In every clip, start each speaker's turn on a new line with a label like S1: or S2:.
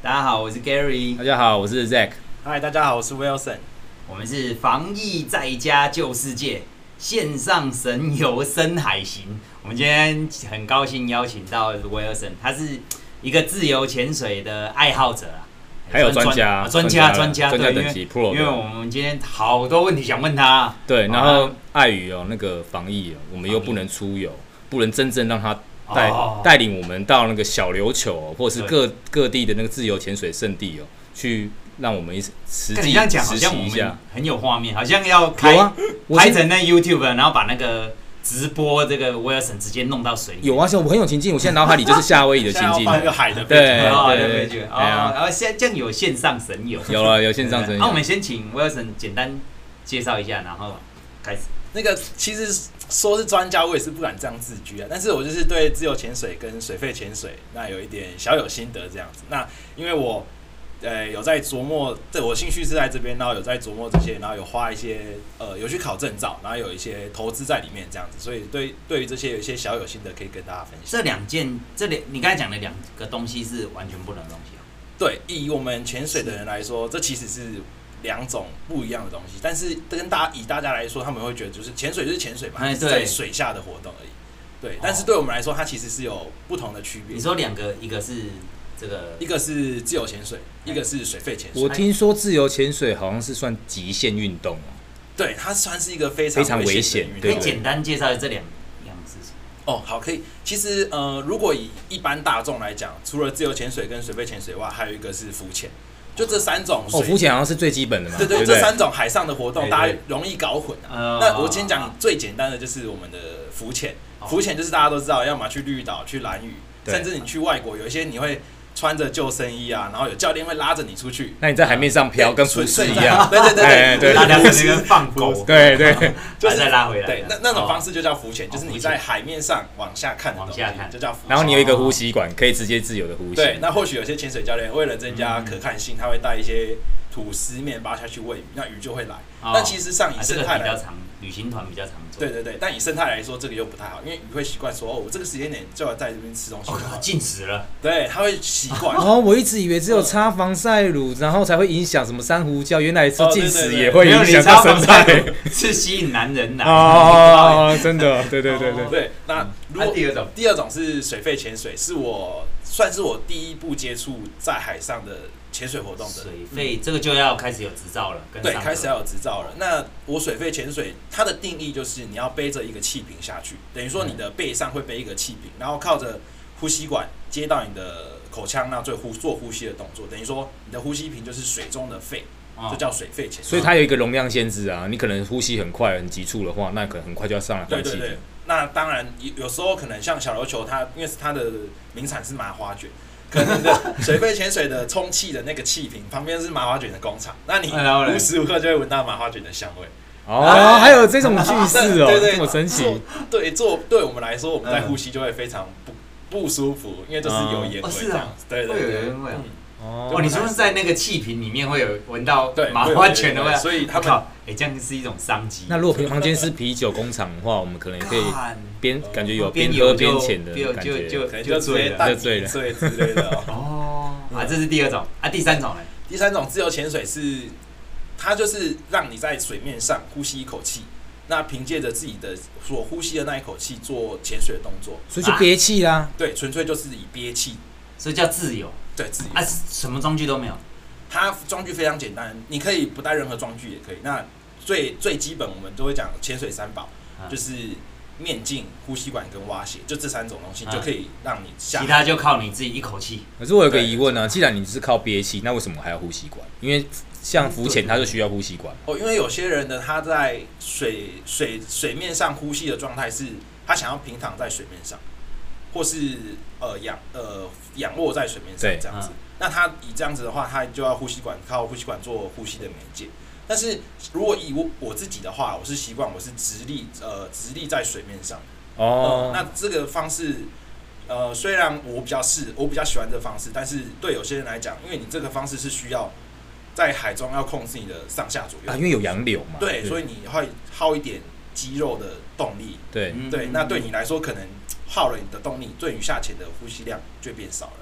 S1: 大家好，我是 Gary，
S2: 大家好，我是
S1: 哎
S2: Zack。
S3: 嗨，大家好，我是 Wilson。
S1: 我们是防疫在家救世界线上神游深海行。我们今天很高兴邀请到 Wilson，他是一个自由潜水的爱好者啊，
S2: 还有专家
S1: 专家、专
S2: 专
S1: 家、
S2: 家
S1: 哦对，
S2: 专家等级
S1: 因为
S2: pro 的
S1: 因为我们今天好多问题想问他啊，
S2: 对，
S1: 好
S2: 然后碍于哦那个防疫哦，我们又不能出游，不能真正让他带
S1: 哦
S2: 带领我们到那个小琉球哦，或者是
S1: 对
S2: 各各地的那个自由潜水圣地哦，去让我们一实
S1: 跟
S2: 际
S1: 你这样讲，好
S2: 实
S1: 像
S2: 习
S1: 我
S2: 一
S1: 们
S2: 下。
S1: 很有画面，好像要开、
S2: 有啊，我
S1: 拍
S2: 是
S1: 成那 YouTube，然后把那个直播这个 Wilson 直接弄到水里。
S2: 有啊，像我很有情境，我现在脑海里就是夏威 夷的
S3: 现
S2: 情境。
S3: 在要放一个海的背景，
S2: 对
S1: 哦，对
S2: 对
S1: 对
S2: 对
S1: 对，哦，
S2: 哎呀
S1: 然后现在这样有线上神游，
S2: 有了，有线上
S1: 那、
S2: 真友。
S1: 啊我们先请 Wilson 简单介绍一下，然后开始。
S3: 那个其实说是专家，我也是不敢这样自居啊。但是我就是对自由潜水跟水肺潜水那有一点小有心得这样子。那因为我呃有在琢磨，对我兴趣是在这边，然后有在琢磨这些，然后有花一些呃有去考证照，然后有一些投资在里面这样子。所以对对于这些有一些小有心得可以跟大家分享。
S1: 这两件，这两你刚才讲的两个东西是完全不同的东西哦、
S3: 对，以我们潜水的人来说，这其实是两种不一样的东西。但是跟大家以大家来说，他们会觉得就是潜水就是潜水嘛，
S1: 哎
S3: 就是
S1: 对
S3: 在水下的活动而已。
S2: 哦
S3: 对，但是对我们来说，它其实是有不同的区别。
S1: 你说两个，一个是这个
S3: 一个是自由潜水，一个是水肺潜水
S2: 我。听说自由潜水好像是算极限运动哦。
S3: 对，它算是一个非
S2: 非常
S3: 常
S2: 危
S3: 险
S2: 险
S3: 的运
S1: 可
S2: 对
S3: 动
S1: 以简单介绍这两样是什么？
S3: 哦，好，可以。其实呃，如果以一般大众来讲，除了自由潜水跟水肺潜水外，还有一个是浮潜。就这三种水，
S2: 哦，浮潜好像是最基本的嘛。
S3: 对
S2: 对
S3: 对，
S2: 不
S3: 这
S2: 对，哎
S3: 三种海上的活
S2: 对
S3: 动，
S2: 对
S3: 大家容易搞混啊。
S1: 呃
S3: 那我先讲最简单的，就是我们的浮潜
S1: 哦。
S3: 浮潜就是大家都知道，要么去绿岛、去蓝屿，
S2: 对
S3: 甚至你去外国，有一些你会穿着救生衣啊，然后有教练会拉着你出去。
S2: 那你在海面上飘，跟浮
S3: 纯
S2: 尸
S3: 粹
S2: 一
S3: 在
S2: 样。
S3: 对对对
S2: 哎对
S1: 大
S3: 大
S1: 家
S3: 家
S1: 在
S3: 在
S1: 那
S3: 那
S1: 边
S3: 边
S1: 放
S3: 狗
S1: 狗，
S2: 对对，
S3: 就是
S1: 再拉回来。
S3: 对，那那种方式就叫浮潜，就是你在海面上往下看的东西
S1: 往下看，
S3: 就叫浮潜。
S2: 然后你有一个呼吸管，可以直接自由的呼吸。
S3: 对，那或许有些潜水教练为了增
S2: 嗯
S3: 加可看性，他会带一些吐司面包下去喂鱼，那鱼就会来。
S1: 哦
S3: 但其实上以
S1: 啊这
S3: 生
S1: 个
S3: 态
S1: 比
S3: 来
S1: 较常，旅行团比较常做。
S3: 对对对，但以生态来说，这个又不太好，因为你会习惯说，哦，我这个时间点就要在这边吃东西就好
S1: 哦，禁止了。
S3: 对，他会习惯。
S2: 哦，我一直以为只有擦防晒乳，然后才会影响什么珊瑚礁，原来是
S3: 哦对
S2: 进
S3: 对
S2: 食
S3: 对
S2: 也会
S1: 没有
S2: 影
S1: 你
S2: 响
S1: 知道
S2: 到
S1: 防
S2: 生
S1: 晒
S2: 态。
S1: 是吸引男人来。
S2: 哦，真的，对对对对。
S3: 对，那如
S1: 啊
S3: 果
S1: 第二种
S3: 第二种是水肺潜水，是我算是我第一步接触在海上的潜水活动的。
S1: 水费这个就要开始有执照了，跟
S3: 对，
S1: 上课
S3: 开始要有执照了。那我水肺潜水，它的定义就是你要背着一个气瓶下去，等于说你的背上会背一个气瓶，然后靠着呼吸管接到你的口腔，那做呼做呼吸的动作，等于说你的呼吸瓶就是水中的肺，
S1: 哦
S3: 就叫水肺潜水。
S2: 所以它有一个容量限制啊，你可能呼吸很快、很急促的话，那可能很快就要上来
S3: 对
S2: 换
S3: 对
S2: 气。
S3: 对，那当然有有时候可能像小琉球它，因为它的名产是麻花卷，可能你的水肺潜水的充气的那个气瓶旁边是麻花卷的工厂，那你
S1: 哎然后嘞
S3: 无时无刻就会闻到麻花卷的香味。
S2: 哦，还有这种句式哦
S3: 对对，对
S2: 这么神
S3: 做
S2: 奇。
S3: 对做对我们来说，我们在呼吸就会非常不不舒服，因为就是有烟
S1: 哦
S3: 味
S1: 是啊
S3: 这样子。对对
S1: 会有
S3: 对
S1: 人味啊。哦，
S2: 哦，
S1: 你说是在那个气瓶里面会有闻到
S3: 对
S1: 麻花卷的味道，
S3: 会有对对对所以他们
S1: 我靠，哎，这样是一种商机。
S2: 那如果平房间是啤酒工厂的话，我们可能也可以
S1: 干
S2: 边感觉有边
S1: 边
S2: 喝
S1: 游
S2: 边
S1: 就
S2: 潜的
S1: 就
S2: 感
S1: 就
S2: 觉。
S1: 就
S3: 可能
S1: 就
S3: 就直
S1: 醉
S3: 接
S1: 了。
S3: 淡
S2: 醉
S3: 醉
S2: 了
S3: 醉之类的哦。
S1: 哦，啊，这是第二种啊，第三种呢？
S3: 第三种自由潜水是，它就是让你在水面上呼吸一口气，那凭借着自己的所呼吸的那一口气做潜水的动作。
S2: 所以就憋气啦。
S3: 对，纯粹就是以憋气
S1: 所以叫自由
S3: 对自己。
S1: 啊，什么装具都没有。
S3: 它装具非常简单，你可以不带任何装具也可以。那最最基本我们都会讲潜水三宝，
S1: 啊
S3: 就是面镜、呼吸管跟蛙鞋，就这三种东西
S1: 啊
S3: 就可以让你下。
S1: 其他就靠你自己一口气。
S2: 可是我有个疑问啊，既然你是靠憋气，那为什么还要呼吸管？因为像浮潜，它就需要呼吸管。
S3: 哦，因为有些人呢，他在水水水面上呼吸的状态是，他想要平躺在水面上，或是呃仰呃仰卧在水面上
S2: 对
S3: 这样子。
S1: 嗯
S3: 那他以这样子的话，他就要呼吸管靠呼吸管做呼吸的媒介。但是如果以我我自己的话，我是习惯我是直立呃直立在水面上。哦、
S2: 哦，
S3: 那这个方式。呃，虽然我比较是，我比较喜欢这方式，但是对有些人来讲，因为你这个方式是需要在海中要控制你的上下左右，
S2: 啊，因为有洋流嘛。
S3: 对，所
S2: 以
S3: 以你会耗一点肌肉的动力。
S2: 对，
S1: 嗯
S3: 对，那对你来说可能耗了你的动力，对你下潜的呼吸量就变少了。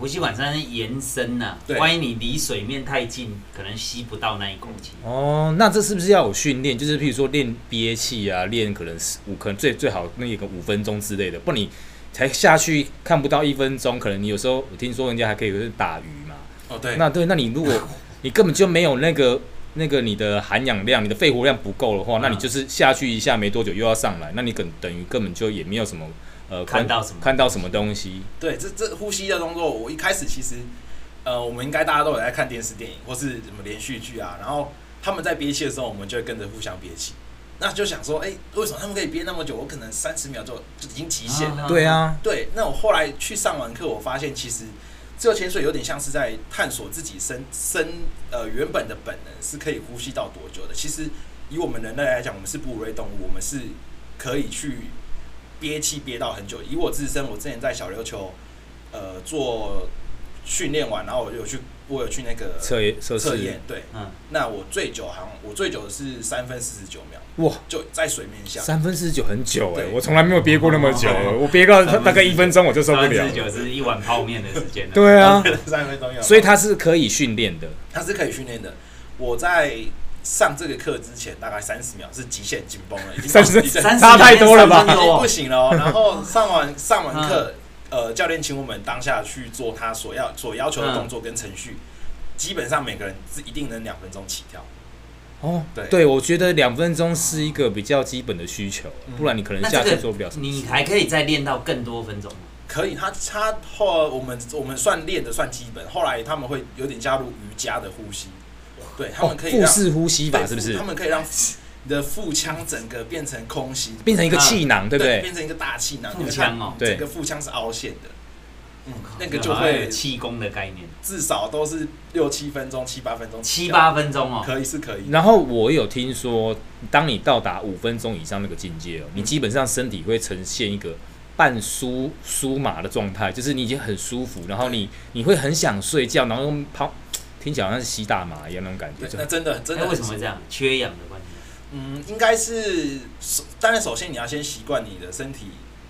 S1: 呼吸管山延伸呐、
S3: 对
S1: 万一你离水面太近，可能吸不到那一口气。
S3: 啊
S2: 哦，那这是不是要有训练？就是譬如说练憋气啊，练可能是五，可能最最好那个五分钟之类的，不然你才下去看不到一分钟，可能你有时候我听说人家还可以就是打鱼嘛。
S3: 哦，对，
S2: 那对，那你如果你根本就没有那个那个你的含氧量、你的肺活量不够的话，那你
S1: 嗯
S2: 就是下去一下没多久又要上来，那你等等于根本就也没有什么呃
S1: 看到什么
S2: 看到什么东西。
S3: 对，这这呼吸的动作，我一开始其实，呃，我们应该大家都有在看电视电影或是什么连续剧啊，然后他们在憋气的时候，我们就会跟着互相憋气。那就想说，哎、为什么他们可以憋那么久？我可能三十秒就就已经极限了。
S1: 啊
S2: 对啊，
S3: 对，那我后来去上完课，我发现其实自由潜水有点像是在探索自己身身呃原本的本能是可以呼吸到多久的。其实以我们人类来讲，我们是哺乳类动物，我们是可以去憋气憋到很久。以我自身，我之前在小琉球呃做训练完，然后我有去我有去那个
S2: 测验测
S3: 测
S2: 试
S3: 验，对，
S1: 嗯，
S3: 那我最久好像我最久是三分四十九秒，
S2: 哇，
S3: 就在水面下。
S2: 三分四十九很久哎、
S3: 对
S2: 我从来没有憋过那么久，欸
S1: 哦
S2: 我憋到
S1: 三分四十九
S2: 大概一分钟我就受不
S1: 三
S2: 了
S1: 分之。九是一碗泡面的时间了。
S2: 对啊，
S3: 三分钟有，
S2: 所以它是可以训练的。
S3: 它是可以训练的。我在上这个课之前，大概三十秒是极限紧绷了，已经
S2: 三十
S3: 已经
S1: 30
S2: 差太多了吧嗯
S1: 三分
S3: 已
S1: 钟
S3: 经
S1: 哦
S3: 不行了、哦。然后上完上完课，呃，教练请我们当下去做他所要所要求的动作跟程序，基本上每个人是一定能两分钟起跳。
S2: 哦，
S3: 对
S2: 对，我觉得两分钟是一个比较基本的需求，
S3: 嗯
S2: 不然你可能
S1: 那
S2: 下去
S1: 这
S2: 做不了
S1: 个
S2: 什么
S1: 你
S2: 事。哦
S1: 还可以再练到更多分钟吗。
S3: 可以，他他后我们我们算练的算基本，后来他们会有点加入瑜伽的呼吸，对他
S2: 哦
S3: 们可，以
S2: 腹
S3: 让、
S2: 式呼吸
S3: 对
S2: 法是不是
S3: 他们可以让你的腹腔整个变成空心，
S2: 变成一个气囊，对不对？
S3: 变成一个大气囊，
S1: 腹腔哦
S3: 你会看整个腹腔是凹陷的，嗯，那个就
S1: 好像
S3: 会
S1: 有气功的概念，
S3: 至少都是六七分钟、七八分钟起
S1: 七
S3: 跳，
S1: 八分钟哦。
S3: 可以是可以，
S2: 然后我有听说，当你到达五分钟以上那个境界哦，
S3: 嗯
S2: 你基本上身体会呈现一个半舒舒麻的状态，就是你已经很舒服，然后你你会很想睡觉，然后用旁听起来好像是吸大麻一样那种感觉，
S3: 对
S2: 就，
S3: 那真的真
S1: 那
S3: 的
S1: 为什么会这样？缺氧的关系。
S3: 嗯，应该是首当然首先你要先习惯你的身体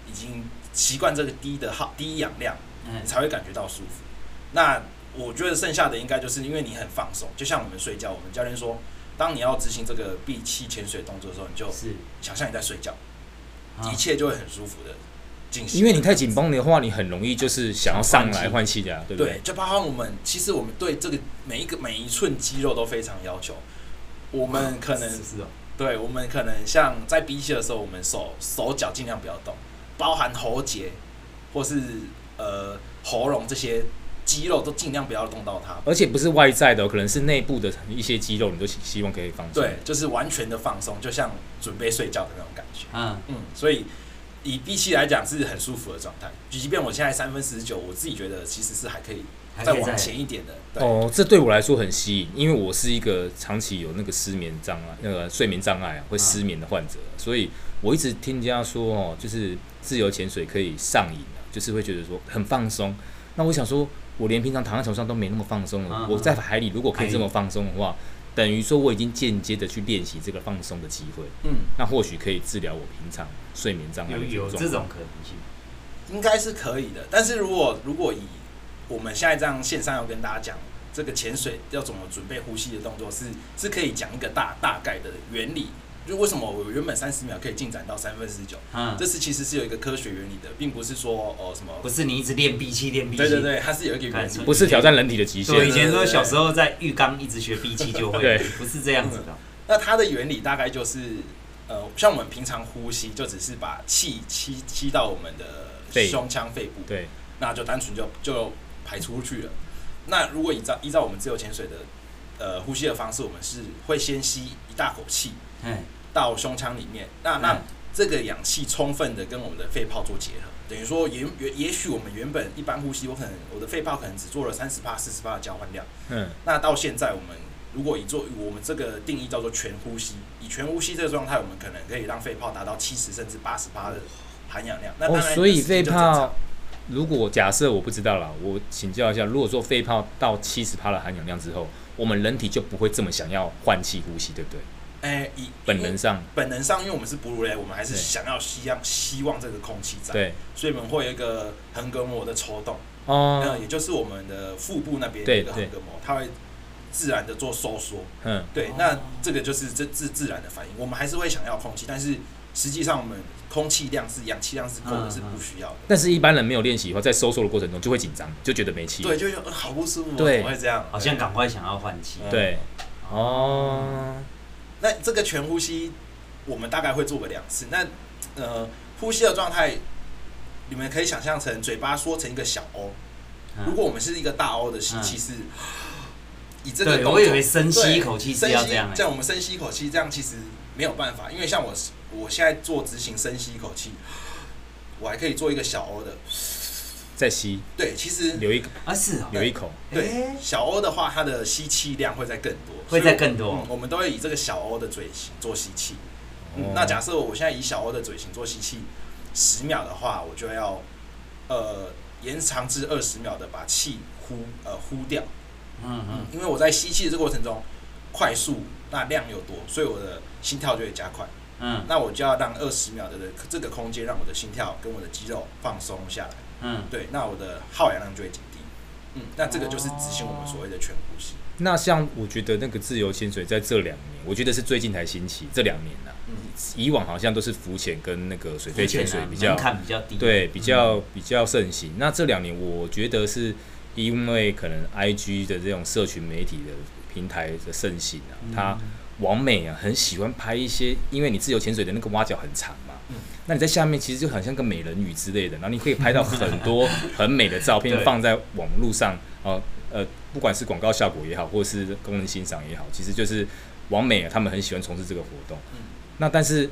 S3: 已经习惯这个低的耗低氧量，
S1: 嗯。
S3: 你，才会感觉到舒服。那我觉得剩下的应该就是因为你很放松，就像我们睡觉，我们教练说，当你要执行这个闭气潜水动作的时候，你就是想象你在睡觉。
S1: 啊
S3: 一切就会很舒服的进行。
S2: 因为你太紧绷的话，你很容易就是想要上来换气的啊，对不
S3: 对，？就包括我们，其实我们对这个每一个每一寸肌肉都非常要求。我们可能
S2: 啊
S1: 是哦，
S3: 对，我们可能像在憋气的时候，我们手手脚尽量不要动，包含喉结或是呃喉咙这些肌肉都尽量不要动到它。
S2: 而且不是外在的哦，可能是内部的一些肌肉，你都希希望可以放松。
S3: 对，就是完全的放松，就像准备睡觉的那种感觉。
S1: 嗯，
S3: 嗯，所以以闭气来讲是很舒服的状态。即便我现在三分四十九，我自己觉得其实是还可以
S1: 还
S3: 再
S1: 可以
S3: 往前一点的。对，
S2: 哦，这对我来说很吸引，因为我是一个长期有那个失眠障碍、那个睡眠障碍啊，会
S1: 嗯
S2: 失眠的患者，所以我一直听人家说哦，就是自由潜水可以上瘾啊，就是会觉得说很放松。那我想说，我连平常躺在床上都没那么放松了，
S1: 嗯嗯哎
S2: 我在海里如果可以这
S1: 海
S2: 么
S1: 里
S2: 放松的话，等于说我已经间接的去练习这个放松的机会，
S3: 嗯，
S2: 那或许可以治疗我平常睡眠障碍
S1: 有
S2: 的
S1: 有
S2: 种
S1: 这种可能性。
S3: 应该是可以的。但是如果如果以我们现在这样线上要跟大家讲这个潜水要怎么准备呼吸的动作是，是可以讲一个大大概的原理。就为什么我原本三十秒可以进展到三分十九，
S1: 嗯
S3: 这，是其实是有一个科学原理的，并不是说哦什么
S1: 不是你一直练闭气练闭气。
S3: 对对对，它是有一个原
S1: 感
S3: 理
S1: 受。
S2: 不是挑战人体的极限
S1: 所以
S3: 对
S1: 以前说小时候在浴缸一直学闭气就会
S2: 对，
S1: 不是这样子的。
S3: 那它的原理大概就是，呃，像我们平常呼吸，就只是把气吸吸到我们的
S2: 肺
S3: 胸腔肺部，
S2: 对，
S3: 那就单纯就就排出去了。那如果依照依照我们自由潜水的呃呼吸的方式，我们是会先吸一大口气
S1: 嗯，
S3: 到胸腔里面，那那
S1: 嗯
S3: 这个氧气充分的跟我们的肺泡做结合，等于说原原也许我们原本一般呼吸，我可能我的肺泡可能只做了三十帕四十帕的交换量。
S2: 嗯，
S3: 那到现在，我们如果以做我们这个定义叫做全呼吸，以全呼吸这个状态，我们可能可以让肺泡达到七十甚至八十八的含氧量。那当
S2: 哦，
S3: 然、
S2: 所以肺泡，如果假设我不知道啦，我请教一下，如果说肺泡到七十帕的含氧量之后，我们人体就不会这么想要换气呼吸，对不对？
S3: 哎，以
S2: 本能上，
S3: 本能上，因为我们是哺乳类，我们还是
S2: 对
S3: 想要希望希望这个空气在，
S2: 对，
S3: 所以我们会有一个横膈膜的抽动，那
S2: 哦，
S3: 也就是我们的腹部那边有
S2: 对
S3: 一个横膈膜，它会自然的做收缩。
S2: 嗯，
S3: 对
S1: 哦，
S3: 那这个就是这自自然的反应。我们还是会想要空气，但是实际上我们空气量是氧气量是够
S1: 嗯
S3: 的，是
S1: 嗯
S3: 不需要的。
S2: 但是一般人没有练习的话，在收缩的过程中就会紧张，就觉得没气，
S3: 对，就觉得、呃、好不舒服哦，
S2: 对
S3: 怎么会这样？
S1: 好像赶快想要换气。
S3: 嗯
S2: 对，哦，
S3: 那这个全呼吸，我们大概会做个两次。那呃，呼吸的状态，你们可以想象成嘴巴缩成一个小
S1: 嗯
S3: O。如果我们是一个大 O 的吸
S1: 嗯
S3: 气是，以这个
S1: 对，
S3: 动
S1: 我以
S3: 作
S1: 为深吸一
S3: 对
S1: 口气
S3: 深
S1: 是
S3: 吸
S1: 要这样欸，
S3: 这样我们深吸一口气，这样其实没有办法，因为像我是我现在做执行深吸一口气，我还可以做一个小 O 的。
S2: 再吸，
S3: 对，其实
S2: 留一
S1: 啊是哦，
S2: 留一口，
S3: 对
S1: 诶
S3: 小 O 的话，它的吸气量会再更多，
S1: 会
S3: 所以
S1: 再更多
S3: 嗯我们都会以这个小 O 的嘴型做吸气。
S2: 哦
S3: 嗯，那假设我现在以小 O 的嘴型做吸气十秒的话，我就要呃延长至二十秒的把气呼呃呼掉，
S1: 嗯嗯，
S3: 因为我在吸气的这个过程中快速，那量又多，所以我的心跳就会加快。
S1: 嗯
S3: 那我就要让二十秒的这个空间让我的心跳跟我的肌肉放松下来，
S1: 嗯，
S3: 对，那我的耗氧量就会减低。嗯，那这个就是执行我们所谓的全呼吸。
S2: 那像我觉得那个自由潜水在这两年，我觉得是最近才兴起，这两年呐、啊
S3: 嗯，
S2: 以往好像都是浮潜跟那个水肺潜
S3: 啊
S2: 水比较
S1: 门槛比较低，
S2: 对，比较比较盛行。那这两年我觉得是因为可能 I G 的这种社群媒体的平台的盛行啊，它网美啊很喜欢拍一些，因为你自由潜水的那个蛙脚很长嘛。
S3: 嗯
S2: 那你在下面其实就很像个美人鱼之类的，然后你可以拍到很 多很美的照片
S1: 对
S2: 放在网络上，哦呃，不管是广告效果也好，或是功能欣赏也好，其实就是网美啊，他们很喜欢从事这个活动。
S3: 嗯
S2: 那但是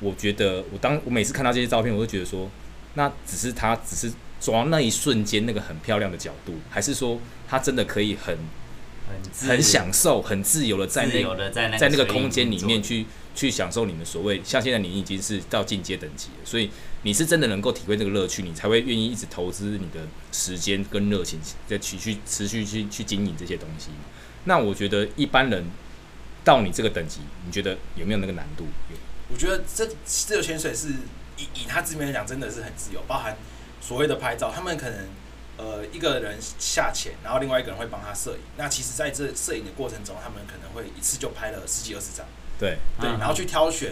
S2: 我觉得，我当我每次看到这些照片，我都觉得说，那只是他只是抓那一瞬间那个很漂亮的角度，还是说他真的可以很
S1: 很自
S2: 很享受、很自由的在
S1: 自由
S2: 那
S1: 的在那
S2: 在那个
S1: 水域
S2: 空间里面
S1: 做，
S2: 去去享受你们所谓像现在你已经是到进阶等级了，所以你是真的能够体会那个乐趣，你才会愿意一直投资你的时间跟热情，再去去持续去去经营这些东西。那我觉得一般人到你这个等级，你觉得有没有那个难度？有
S3: 我觉得这自由潜水是以以他字面来讲，真的是很自由，包含所谓的拍照，他们可能呃一个人下潜，然后另外一个人会帮他摄影。那其实在这摄影的过程中，他们可能会一次就拍了十几二十张，
S2: 对，
S3: 对，
S1: 嗯
S3: 然后去挑选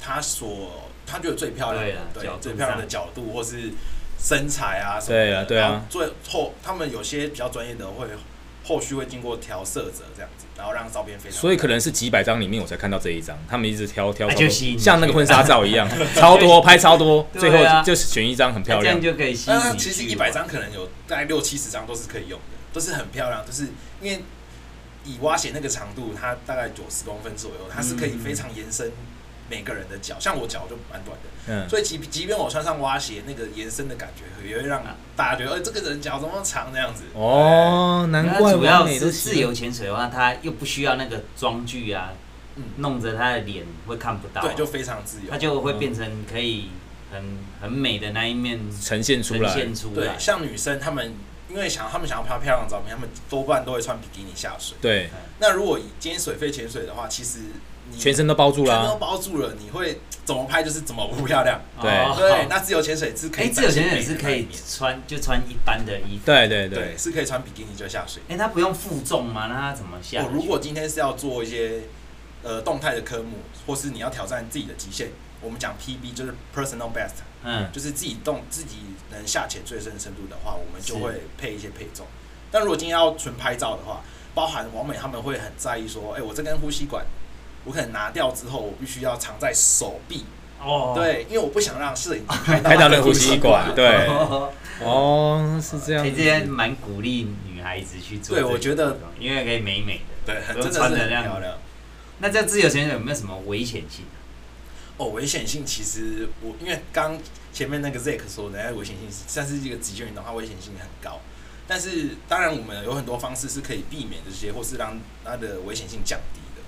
S3: 他所他觉得最漂亮
S1: 对
S3: 的
S1: 啦，
S2: 啊
S1: 角度
S3: 最漂亮
S1: 上
S3: 的角度或是身材啊什么的。
S2: 对啊对啊
S3: 然后最后他们有些比较专业的会后续会经过调色者这样子，然后让照片非常。
S2: 所以可能是几百张里面我才看到这一张，他们一直挑挑
S1: 啊
S2: 挑，
S1: 就吸引你啊
S2: 像那个婚纱照 一样，超多拍超多，最
S1: 对啊
S2: 后就是选一张很
S1: 那
S2: 漂
S1: 这样
S2: 亮。
S1: 就可以吸
S3: 那
S1: 引你
S3: 其实
S1: 去
S3: 一百
S1: 玩
S3: 张可能有大概六七十张都是可以用的，都是很漂亮，就是因为以蛙鞋那个长度，它大概九十公分左右，它是可
S1: 嗯
S3: 以非常延伸每个人的脚，像我脚就蛮短的，
S2: 嗯，
S3: 所以即即便我穿上蛙鞋，那个延伸的感觉也会让
S1: 啊
S3: 大家觉得，哎，这个人脚怎么长这样子？
S2: 哦，难怪
S1: 那啊主要
S2: 完美都
S1: 是
S2: 喜
S1: 自
S2: 欢
S1: 由潜水的话，它又不需要那个装具啊，
S3: 嗯
S1: 弄着他的脸会看不到，
S3: 对，就非常自由
S1: 哦它。就会变成可以很很美的那一面
S2: 呈现出
S1: 呈
S2: 来。
S1: 现出
S3: 对
S1: 来，。
S3: 像女生她们，因为想她们想要拍漂亮的照片，她们多半都会穿比基尼下水。
S2: 对，
S3: 那如果以今天水肺潜水的话，其实你
S2: 全身都包住
S1: 啊
S3: 全身
S2: 啦
S3: 都。包住了，你会怎么拍就是怎么不漂亮。
S2: 对
S1: 哦
S3: 对，那自由潜水是可
S1: 哎、
S3: 以，
S1: 自由潜水是可以，穿就穿一般的衣服，
S2: 对对对
S3: 对，，是可以穿比基尼就下水。
S1: 哎、它不用负重吗？那它怎么下得
S3: 我
S1: 去？
S3: 哦如果今天是要做一些呃动态的科目，或是你要挑战自己的极限，我们讲 PB 就是 personal best，
S1: 嗯
S3: 就是自己动自己能下潜最深深度的话，我们就是会配一些配重。
S1: 嗯
S3: 但如果今天要纯拍照的话，包含王美他们会很在意说，哎、我这根呼吸管，我可能拿掉之后，我必须要藏在手臂，
S1: 哦，
S3: 对，因为我不想让摄 影机拍
S2: 拍到那
S3: 那个
S2: 个呼吸管，对，
S1: 哦，
S2: 哦，是这样
S1: 其
S2: 子
S1: 实也蛮鼓励女孩子去做这个
S3: 对
S1: 活动。
S3: 我觉得
S1: 因为可以美美的。
S3: 对，很
S1: 不用
S3: 真的是
S1: 穿
S3: 很
S1: 得那样
S3: 漂亮。
S1: 那这自由潜水有没有什么危险性？啊
S3: 哦，危险性其实我因为刚前面那个 Zack 说的，哎危险性是算是一个极限运动，它危险性很高。但是当然，我们有很多方式是可以避免这些，或是让它的危险性降低的。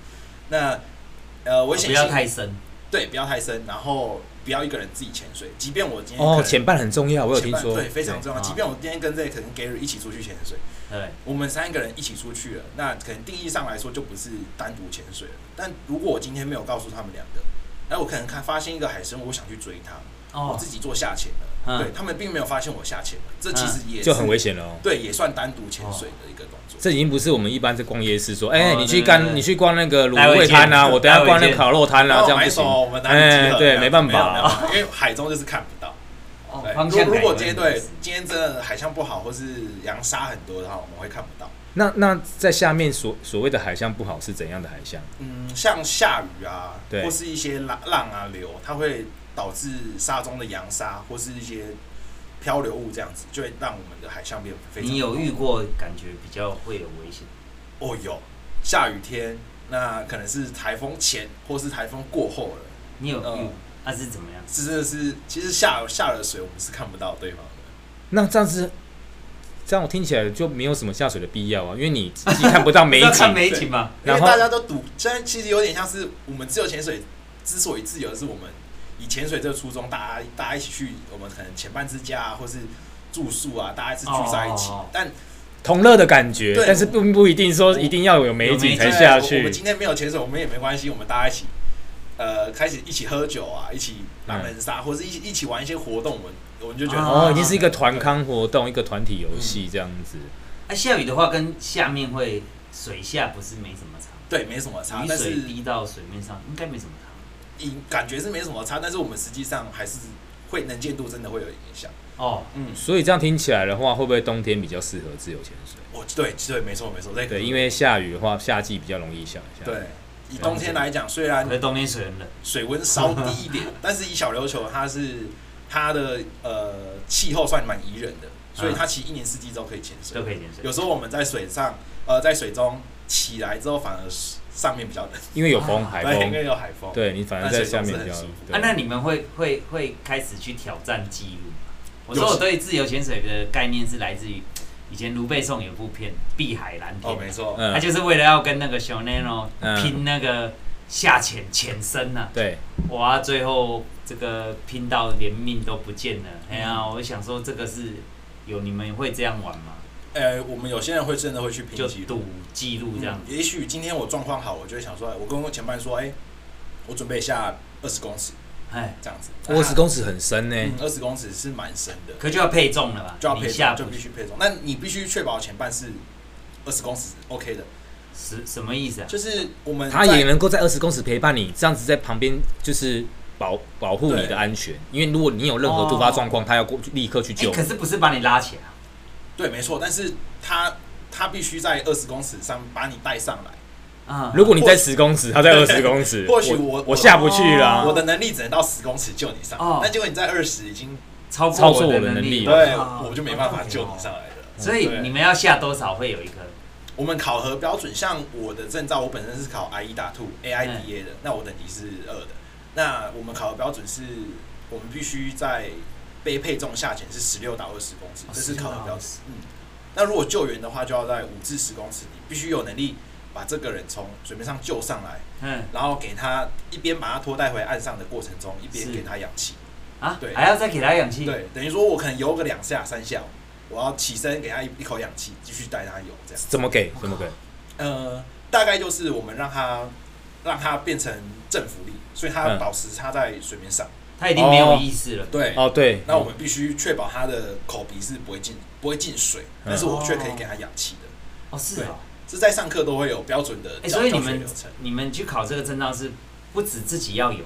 S3: 那呃，危
S1: 哦不
S3: 险
S1: 要
S3: 性
S1: 太深，
S3: 对，不要太深，然后不要一个人自己潜水。即便我今天
S2: 哦，
S3: 可能
S2: 前半很重要，我有
S3: 前
S2: 听
S3: 半
S2: 说，啊
S3: 对，非常重要。
S1: 对
S3: 即便我今天跟这个可能 Gary 一起出去潜水，
S1: 对，
S3: 我们三个人一起出去了，那可能定义上来说就不是单独潜水了。但如果我今天没有告诉他们两个，那我可能看发现一个海参，我想去追它，我
S1: 哦
S3: 自，己做下潜了，
S1: 嗯
S3: 对他们并没有发现我下潜了，这其实也是
S2: 就很危险了哦。
S3: 对，也算单独潜水的一个动作。
S2: 这已经不是我们一般在逛夜市说，哎、
S1: 哦对
S2: 你去
S1: 对
S2: 干
S1: 对
S2: 你去逛那个
S1: 待
S2: 卤
S1: 会
S2: 味
S1: 见
S2: 摊啊，我等下
S1: 待会
S2: 逛那
S1: 见
S2: 烤肉摊啊，
S3: 然
S2: 这
S3: 后
S2: 样
S3: 买
S2: 不
S3: 手，
S2: 行。
S3: 哦我们拿你集
S2: 哎
S3: 合这样
S2: 对没办法
S3: 没办法因为海中就是看不到。
S1: 哦
S3: 对，
S1: 方向
S3: 如
S1: 感
S3: 如果
S1: 有
S3: 今
S1: 点
S3: 天
S1: 意
S3: 对
S1: 思
S3: 今天真的海象不好，或是扬沙很多的话，我们会看不到。
S2: 那那在下面所所谓的海象不好是怎样的海象？
S3: 嗯，像下雨啊，
S2: 对
S3: 或是一些浪浪啊流，它会导致沙中的扬沙或是一些漂流物这样子，就会让我们的海象变非常。
S1: 你有遇过感觉比较会有危险？
S3: 哦，有下雨天，那可能是台风前或是台风过后了。
S1: 你有遇
S3: 嗯？
S1: 那是怎么样？
S3: 这真的是，其实下下了水，我们是看不到对方的。
S2: 那这样子，这样我听起来就没有什么下水的必要啊，因为你自己看不到美
S1: 要看
S2: 景。
S1: 美景嘛，
S3: 因
S2: 然
S3: 为
S2: 后
S3: 大家都赌，现在其实有点像是我们自由潜水之所以自由，是我们以潜水这个初衷，大家大家一起去，我们可能前半之家啊，或是住宿啊，大家是聚在一起。
S1: 哦
S3: 但
S2: 同乐的感觉，
S3: 对
S2: 但是并不一定说一定要有美 景才下
S3: 对我们
S2: 去。
S3: 今天没有潜水，我们也没关系，我们大家一起，呃，开始一起喝酒啊，一起
S2: 嗯
S3: 狼人杀，或者一起一起玩一些活动，我们我们就觉得啊
S1: 哦
S2: 哦，已经是一个团康活动，一个团体游戏这样子。
S1: 那啊下雨的话，跟下面会水下不是没什么差，
S3: 对，没什么
S1: 雨
S3: 差，啊但
S1: 水
S3: 是
S1: 滴到水面上应该没什么差。
S3: 影感觉是没什么差，但是我们实际上还是会能见度真的会有影响。
S1: 哦，
S3: 嗯，
S2: 所以这样听起来的话，会不会冬天比较适合自由潜水？
S3: 我对对，没错没错，这个
S2: 嗯对，因为下雨的话，夏季比较容易下下。
S3: 对以冬天来讲，虽然
S1: 可是冬天水很冷。
S3: 水温稍低一点，但是以小琉球它是它的呃气候算蛮宜人的，所以它其实一年四季都可以潜水
S1: 都。可以潜水。
S3: 有时候我们在水上呃在水中起来之后，反而是上面比较冷，
S2: 因为有风，海
S3: 对，因
S2: 风，
S3: 为有海风。
S2: 对你反而在下面比较
S3: 那水中是很舒服。
S2: 对
S1: 啊，那你们会会会开始去挑战记录吗？我说
S3: 有
S1: 我对自由潜水的概念是来自于以前卢贝颂有部片《碧海蓝天啊
S3: 哦，》没错，
S1: 他
S2: 嗯，
S1: 就是为了要跟那个 s h o n a n o
S2: 嗯
S1: 拼那个下潜潜深呐、
S2: 对，
S1: 哇，最后这个拼到连命都不见了。哎呀、
S3: 嗯
S1: 我想说这个是有你们会这样玩吗？
S3: 呃，我们有些人会真的会去
S1: 就
S3: 拼记录
S1: 赌。记录这样子。
S3: 嗯也许今天我状况好，我就会想说，哎我跟我前班说，哎、我准备下二十公尺
S1: 哎、
S3: 这样子。
S2: 二十公尺很深呢、
S3: 嗯，二十公尺是蛮深的，
S1: 可就要配重了吧？
S3: 就要
S1: 你
S3: 配
S1: 下
S3: 重，
S1: 不
S3: 就必须配重。那你必须确保前半是二十公尺 OK 的，
S1: 什什么意思啊？
S3: 就是我们
S2: 他
S3: 在
S2: 也能够在二十公尺陪伴你，这样子在旁边就是保保护你的安全。因为如果你有任何突发状况，他要过去立刻去
S1: 哎、
S3: 哦
S2: 救。
S1: 可是不是把你拉起来啊？
S3: 对，没错，但是他他必须在二十公尺上把你带上来。
S1: 啊，
S2: 如果你在十公尺，他在二十公尺，
S3: 或许
S2: 我
S3: 我
S2: 我下不去啦。
S3: 我的能力只能到十公尺救你上来，
S1: 啊哦
S3: 那结果你在二十已经
S1: 超过
S2: 超过
S1: 我
S2: 我
S1: 的
S2: 的能
S1: 力，
S2: 力了
S3: 对，
S1: 啊
S3: 我就没办法救你上。来了。
S1: 哦所以
S3: 对
S1: 你们要下多少会有一个
S3: 我们考核标准，像我的证照，我本身是考 I E 打 Two A I D
S1: 嗯
S3: A 的，那我等级是二的。那我们考核标准是，我们必须在被配重下潜是十六到二十公尺
S1: 哦，
S3: 这是考核标准
S1: 16。
S3: 嗯，那如果救援的话，就要在五至十公尺，你必须有能力把这个人从水面上救上来，
S1: 嗯
S3: 然后给他一边把他拖带回岸上的过程中，一边
S1: 是
S3: 给他氧气。
S1: 啊？
S3: 对
S1: 还要再给他氧气？，
S3: 对，等于说我可能游个两下三下，我要起身给他一一口氧气，继续带他游这样。
S2: 怎么给？怎么给？
S3: 呃，大概就是我们让他让他变成正浮力，所以他
S2: 嗯
S3: 保持他在水面上。
S1: 他已经没有意识了。
S3: 对，
S2: 哦，对，
S3: 那我们必须确保他的口鼻是不会进不会进水，但是我却可以给他氧气的。
S1: 哦，是哦。
S3: 这在上课都会有标准的
S1: 哎，
S3: 教
S1: 所以你
S3: 教学
S1: 们
S3: 流程。
S1: 你们去考这个证照是不止自己要有，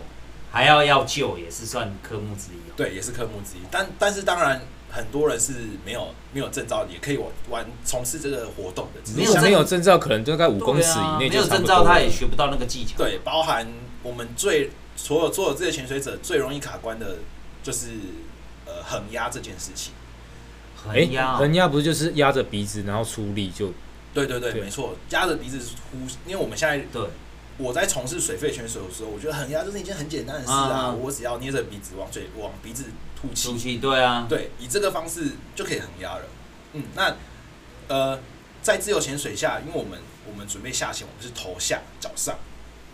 S1: 还要要救，也是算科目之一哦。
S3: 对，也是科目之一。但但是当然，很多人是没有没有证照，也可以玩玩从事这个活动的。只是
S2: 没有
S3: 像
S2: 没有证照，可能大概五
S1: 对啊
S2: 公尺以内
S1: 没
S2: 就
S1: 有
S2: 差
S1: 证
S2: 不多
S1: 照，
S2: 了
S1: 他也学不到那个技巧。
S3: 对，包含我们最所有所有这些潜水者最容易卡关的，就是呃横压这件事情。
S1: 很压
S2: 哎，
S1: 哦
S2: 人家不是就是压着鼻子，然后出力就
S3: 对对对，
S2: 对
S3: 没错，压着鼻子呼，因为我们现在
S1: 对，
S3: 我在从事水肺潜水的时候，我觉得横压就是一件很简单的事
S1: 啊
S3: 啊，
S1: 啊
S3: 我只要捏着鼻子往嘴往鼻子吐
S1: 出
S3: 气，
S1: 去对啊，
S3: 对，以这个方式就可以横压了。嗯，那呃，在自由潜水下，因为我们我们准备下潜，我们是头下脚上，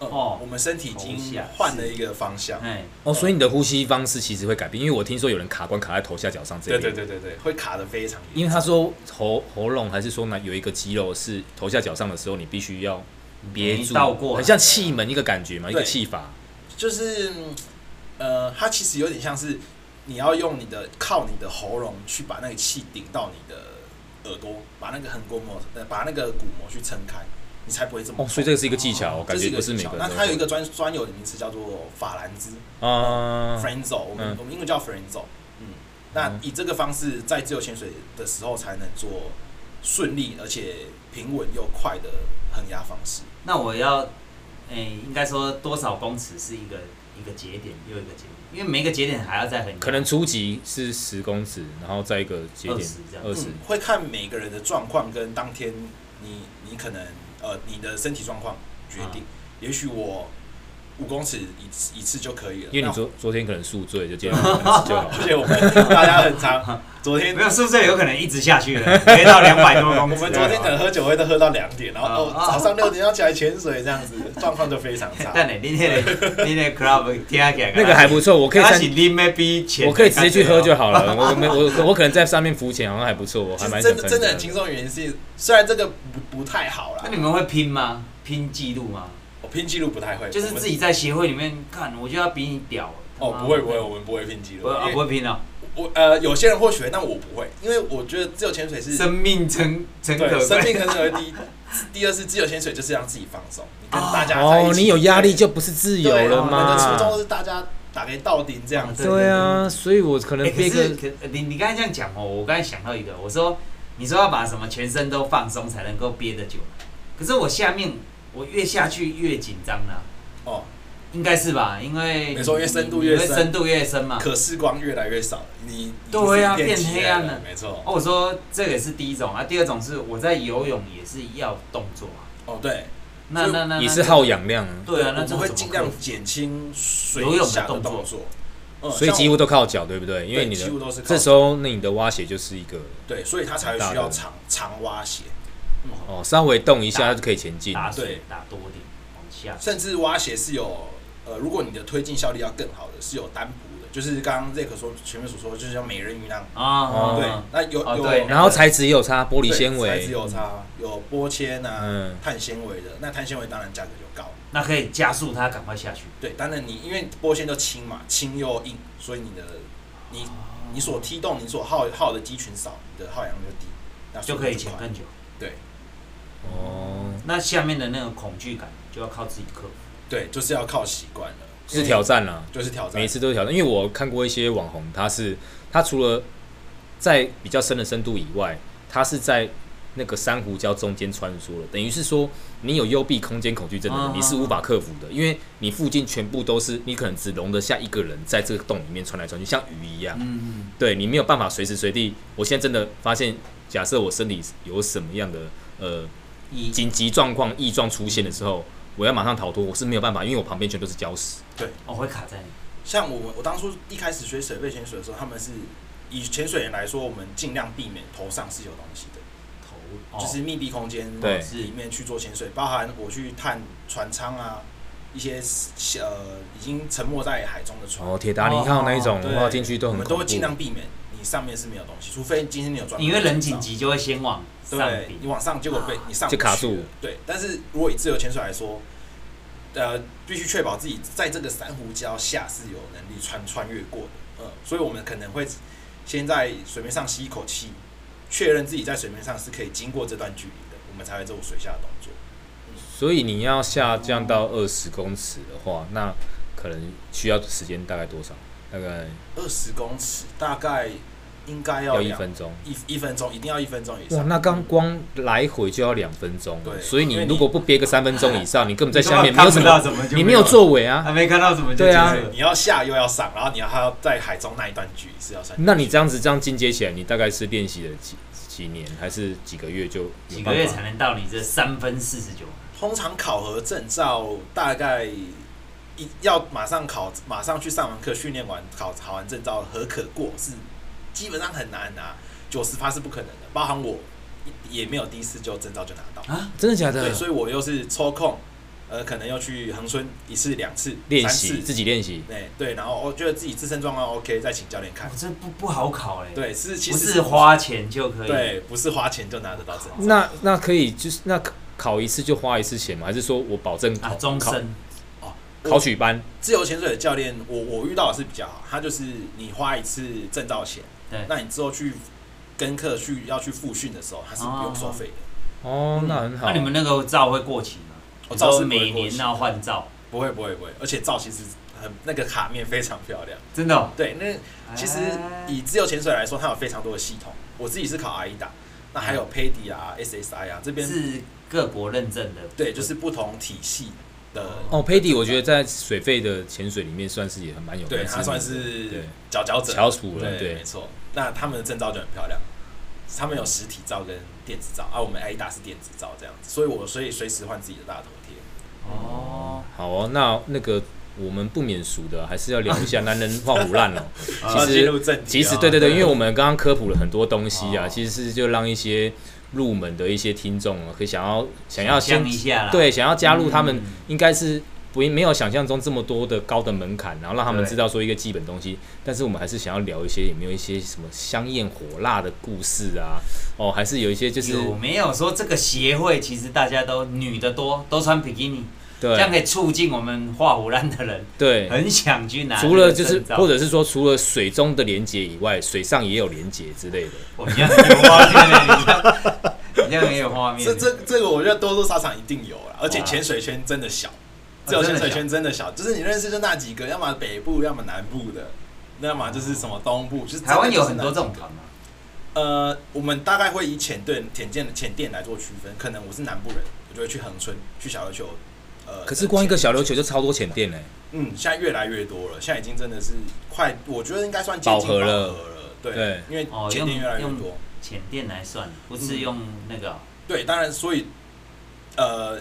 S1: 哦
S3: 哦，我们身体已经
S1: 头下
S3: 换了一个方向。
S1: 哎，
S2: 哦，所以你的呼吸方式其实会改变，因为我听说有人卡关卡在头下脚上这
S3: 对
S2: 边，
S3: 对对对对，会卡的非常
S2: 因
S3: 严。
S2: 为他说喉喉咙还是说呢有一个肌肉是头下脚上的时候，你必须要憋
S1: 没
S2: 住，
S1: 倒过来
S2: 很像气门一个感觉嘛，一个
S3: 对
S2: 气法。
S3: 就是嗯呃，它其实有点像是你要用你的靠你的喉咙去把那个气顶到你的耳朵，把那个横膈膜呃把那个鼓膜去撑开，你才不会这么
S2: 哦，
S3: 痛。
S2: 所以这个是一个技巧，我
S3: 这
S2: 感
S3: 是
S2: 觉
S3: 一
S2: 不
S3: 个
S2: 是
S3: 技
S2: 每个
S3: 巧。
S2: 人
S3: 那
S2: 都
S3: 它有
S2: 会
S3: 一个专专有的名词叫做法兰兹
S2: 啊
S3: f r e n z o 我们
S2: 嗯
S3: 我们英文叫 f r e n z o 嗯，那以这个方式在自由潜水的时候才能做顺利而且平稳又快的横压方式。
S1: 那我要，哎，应该说多少公尺是一个一个节点又一个节点，因为每个节点还要再很
S2: 可能初级是十公尺，然后再一个节点
S1: 20这样
S2: 二十
S3: 嗯，会看每个人的状况跟当天你你可能呃你的身体状况决定。
S1: 啊
S3: 也许我五公尺一次一次就可以了，
S2: 因为
S3: 那
S2: 你昨昨天可能宿醉就接到五公尺就好了。
S3: 而且我们大家很 常，昨天
S1: 没有，是不是有可能一直下去了，跌到两百多
S3: 我
S1: 公
S3: 们
S1: 尺？
S3: 昨天可能喝酒会都喝到两点，然后哦
S1: 啊
S3: 早上六点要起来潜水这样子，状况就非常差。
S1: 但你那个你那个 club 听起来
S2: 那个还不错，我可以
S1: 他
S2: 参
S1: 是，你们比钱，
S2: 我可以直接去喝就好了。我没我我可能在上面浮潜，好像还不错，我
S3: 其
S2: 还
S3: 实
S2: 蛮
S3: 真
S2: 想
S3: 的
S2: 参
S3: 真的
S2: 加
S3: 很轻。松，原因是虽然这个不不太好啦
S1: 那，你们会拼吗？拼记录吗？
S3: 我拼记录不太会，
S1: 就是
S3: 我们
S1: 自己在协会里面干，我就要比你屌。
S3: 哦不会不会，我们不会拼记录
S1: 我，啊
S3: 因
S1: 不
S3: 为
S1: 会拼哦，
S3: 我呃有些人或许会，但我不会，因为我觉得自由潜水是
S1: 生命诚诚可
S3: 对生
S1: 贵。
S3: 命可能为第一，第二是自由潜水就是让自己放松，你跟
S1: 哦
S3: 大家在一
S2: 哦，
S3: 起
S2: 你有压力就不是自由
S3: 对
S2: 了
S3: 我们的初衷
S2: 嘛？
S3: 是大家打给到顶这样子，
S2: 对啊，所以我可能
S1: 哎可
S2: 憋
S1: 是
S2: 个
S1: 可你你刚才这样讲哦，我刚才想到一个，我说你说要把什么全身都放松才能够憋得久，可是我下面我越下去越紧张了，
S3: 哦，
S1: 应该是吧？因为
S3: 没错越深度
S1: 你
S3: 越
S1: 会
S3: 深
S1: 深度越深嘛。
S3: 可视光越来越少了，你你
S1: 对啊
S3: 就是
S1: 变
S3: 起来
S1: 黑暗了
S3: 没错，
S1: 哦，我说这个是第一种啊，第二种是我在游泳也是要动作啊。
S3: 哦对，
S1: 那
S3: 所以
S1: 那那
S2: 也
S1: 那
S2: 是
S1: 这
S2: 耗氧量啊，
S1: 对啊，
S3: 我
S1: 那这个
S3: 们会
S1: 怎么
S3: 尽
S1: 克
S3: 量
S1: 服
S3: 减轻水
S1: 游泳的
S3: 下的
S1: 动作
S3: 动作，嗯
S2: 所以
S3: 像
S2: 几
S3: 我
S2: 乎都靠脚，对不对？因为
S3: 对
S2: 你
S3: 几乎
S2: 的
S3: 都是靠
S2: 这时候，那你的蛙鞋就是一个
S3: 对，所以他才会需要长长蛙鞋，
S2: 哦，稍微动一下它就可以前进。
S1: 打
S3: 对
S1: 水打多点往下。
S3: 甚至蛙鞋是有呃，如果你的推进效率要更好的，是有单蹼的，就是刚刚 Zack 说前面所说，就是像美人鱼那样。
S1: 啊，
S3: 对
S1: 嗯，
S3: 那有
S1: 哦
S3: 有
S1: 对
S2: 然后材质也有差，玻璃
S3: 对
S2: 纤
S3: 材质
S2: 维，
S3: 有差，有玻纤啊
S2: 嗯，
S3: 碳纤维的，那碳纤维当然价格就高。
S1: 那可以加速它赶快下去。
S3: 对，当然你因为玻纤就轻嘛，轻又硬，所以你的你你所踢动、你所耗耗的肌群少，你的耗氧量就低，那
S1: 就
S3: 速度
S1: 可以潜
S3: 快。
S1: 更久。
S3: 对
S2: 哦，
S1: 那下面的那个恐惧感就要靠自己克服。
S3: 对，就是要靠习惯了，
S2: 就是挑战啦。
S3: 就是挑战
S2: 每一。次都是挑战，因为我看过一些网红，他是他除了在比较深的深度以外，他是在那个珊瑚礁中间穿梭了，等于是说你有幽闭空间恐惧症的
S1: 啊
S2: 人，你是无法克服的，因为你附近全部都是，你可能只容得下一个人在这个洞里面穿来穿去，像鱼一样，
S1: 嗯，
S2: 对你没有办法随时随地。我现在真的发现，假设我身体有什么样的呃
S1: 一
S2: 紧急状况、异状出现的时候，我要马上逃脱，我是没有办法，因为我旁边全都是礁石。
S1: 我哦会卡在你。
S3: 像我们我当初一开始学水肺潜水的时候，他们是以潜水员来说，我们尽量避免头上是有东西的，
S1: 头哦
S3: 就是密闭空间
S2: 对
S1: 是
S3: 里面去做潜水，包含我去探船舱啊，一些呃已经沉没在海中的船，
S2: 哦，铁达尼号那一种，
S3: 哦对
S2: 哇，进去都
S3: 我
S2: 很
S3: 们
S2: 恐
S3: 都
S2: 怖
S3: 会。尽量避免你上面是没有东西，除非今天你有装备，
S1: 因为人紧急就会先往上
S3: 对你
S1: 顶。
S3: 往上，结果被
S1: 啊
S3: 你上
S2: 就
S3: 不
S2: 卡
S3: 去
S2: 住
S3: 了对，但是如果以自由潜水来说，呃，必须确保自己在这个珊瑚礁下是有能力穿穿越过的。嗯，所以我们可能会先在水面上吸一口气，确认自己在水面上是可以经过这段距离的，我们才会做水下的动作。
S2: 所以你要下降到二十公尺的话，那可能需要时间大概多少？大概
S3: 二十公尺大概应该要
S2: 要一
S3: 两
S2: 分钟。
S3: 一一分钟，一定要一分钟以
S2: 哇，
S3: 上。
S2: 那刚光来回就要两分钟了，
S3: 对
S2: 所以你
S3: 因为你
S2: 如果不憋个三分钟以上， 你根本在
S1: 你根本
S2: 下面没有什
S1: 看不到
S2: 么，
S1: 什么就
S2: 啊你
S1: 没
S2: 没有，作为啊
S1: 还。没看到什么就
S2: 对啊
S1: 结束了
S3: 你要下又要上，然后你要还要在海中那一段距离是要算进去。
S2: 那你这样子这样进阶起来，你大概是练习了几几年，还是几个月就有
S1: 几
S2: 办
S1: 个
S2: 法
S1: 月才能到你这三分四十九？
S3: 通常考核证照大概一要马上考，马上去上完课训练完，考考完证照合可过是基本上很难拿，九十趴是不可能的，包含我也没有第一次就证照就拿到，
S1: 啊
S2: 真的假的
S3: 对，？所以我又是抽空呃，可能要去恒春一次、两次、
S2: 练
S3: 三
S2: 习
S3: 次
S2: 自己练习，
S3: 对对，然后我哦觉得自己自身状况 OK，再请教练看
S1: 我。这不不好考哎，，
S3: 对，是其
S1: 不
S3: 实
S1: 是花钱就可以，
S3: 对，不是花钱就拿得到证照。
S2: 那那可以就是那考一次就花一次钱吗？还是说我保证
S1: 啊
S2: 考，
S1: 终
S2: 考
S1: 身
S2: 考取班？
S3: 自由潜水的教练，我我遇到的是比较好，他就是你花一次证照钱，
S1: 对
S3: 那你之后去跟课去要去复训的时候，他是不用收费的。
S2: 哦，那很好
S1: 那。你们那个照会过期吗？
S3: 我哦照是不会
S1: 每
S3: 过
S1: 年
S3: 期
S1: 要换照，
S3: 不会不会不会，而且照其实很那个卡面非常漂亮。
S1: 真的哦。
S3: 对，那其实
S1: 哎
S3: 以自由潜水来说，它有非常多的系统。我自己是考 IDA，那还有 PADI 啊、SSI 啊这边，
S1: 是各国认证的，
S3: 对，就是不同体系的。
S2: 哦，Paddy，我觉得在水费的潜水里面算是也很蛮有
S3: 对，
S2: 名
S3: 它算
S2: 的
S3: 是
S2: 对
S3: 佼佼者。
S2: 翘楚了，
S3: 对，
S2: 对
S3: 没，错。那他们的证照就很漂亮，他们有实体照跟电子照，啊，我们 A 打是电子照这样子，所以我所以随时换自己的大头贴。
S1: 哦，
S2: 好哦，那那个我们不免俗的，还是要聊一下男人画虎烂哦。
S3: 啊
S2: 其
S3: 进入
S2: 实，
S3: 正题啊，
S2: 其实对对对，因为我们刚刚科普了很多东西啊，
S1: 哦
S2: 其实是就让一些入门的一些听众啊，可以想要想要
S1: 想
S2: 先
S1: 象一下啦，
S2: 对想要加入他们
S1: 嗯，
S2: 应该是不没有想象中这么多的高的门槛，然后让他们
S1: 对
S2: 知道说一个基本东西。但是我们还是想要聊一些有没有一些什么香艳火辣的故事啊？哦，还是有一些就是
S1: 有没有说这个协会其实大家都女的多，都穿比基尼，这样
S2: 对
S1: 可以促进我们画虎烂的人
S2: 对，
S1: 很想去拿这
S2: 除
S1: 个
S2: 了
S1: 证照。
S2: 就是，或者是说，除了水中的连接以外，水上也有连接之类的。
S1: 我这样有画面，你这样也有画面，
S3: 这这这个我觉得多多少少一定有啦，而且
S2: 啊
S1: 哇
S3: 潜水圈真的小，自
S1: 真
S3: 由
S1: 的
S3: 潜水
S1: 小
S3: 圈真的小，就是你认识就那几个，要么北部，要么南部的。要么就是什么东部，就是
S1: 台湾有很
S3: 真的
S1: 多
S3: 就是
S1: 这种
S3: 那几个
S1: 团嘛，
S3: 呃，我们大概会以浅店、浅店的浅店来做区分。可能我是南部人，我就会去恒春、去小琉球。呃，
S2: 可是光一个小
S3: 球。
S2: 琉球就超多浅 店嘞、
S3: 嗯，现在越来越多了，现在已经真的是快，我觉得应该算接
S2: 饱
S3: 近
S2: 和了
S3: 饱和了对，
S2: 对
S3: 因为
S1: 哦
S3: 前
S1: 用
S3: 年越来越
S1: 用
S3: 多，
S1: 浅店来算，不是用那个哦
S3: 对，当然，所以呃，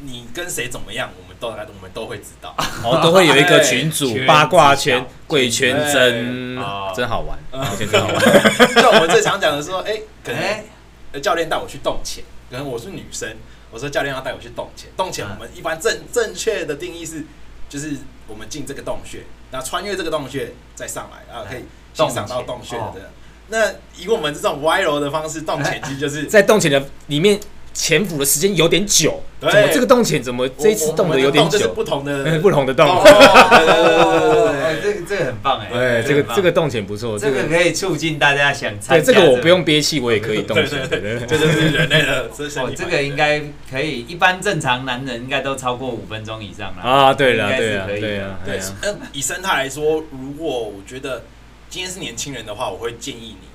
S3: 你跟谁怎么样，我们都我们都会知道。
S2: 然后哦都会有一个 群主
S1: 对
S2: 八卦圈
S1: 圈子小、
S2: 鬼圈真
S1: 对哦
S2: 真好玩，
S3: 嗯
S2: 鬼圈真好玩。
S3: 像我们最常讲的说，哎、可能、
S1: 哎，
S3: 呃教练带我去洞潜，可能我是女生，我说教练要带我去洞潜。洞潜
S1: 嗯
S3: 我们一般正正确的定义是，就是我们进这个洞穴，那穿越这个洞穴再上来啊，可以欣赏到洞穴
S1: 洞
S3: 的。那以我们这种歪楼的方式，洞潜其实就是
S2: 在洞潜的里面潜伏的时间有点久，
S3: 对
S2: 怎么这个洞潜怎么这一次
S3: 我
S2: 洞
S3: 我
S2: 的
S3: 们
S2: 有点
S3: 就是
S2: 久？
S3: 不同的
S2: 不同的
S3: 哦
S2: 洞，
S3: 对对对对
S1: 哦
S3: 对对
S1: 这个这个很棒哎，
S2: 对，这
S1: 很
S2: 个
S1: 棒
S2: 这个洞潜不错，这
S1: 这个
S2: 个
S1: 可以促进大家想
S2: 对
S1: 参加
S2: 这
S1: 个，
S2: 个我不用憋气，我也可以洞
S3: 对
S2: 潜。对
S3: 对对
S2: 对
S3: 对，
S2: 对
S3: 这就是人类的这
S1: 哦，这个应该可以，一般正常男人应该都超过五分钟以上了。
S2: 啊，对了，
S1: 应该是
S2: 对了，
S1: 可以的
S2: 对了，哎
S3: 对
S2: 呀，
S3: 嗯，以生态来说，如果我觉得今天是年轻人的话，我会建议你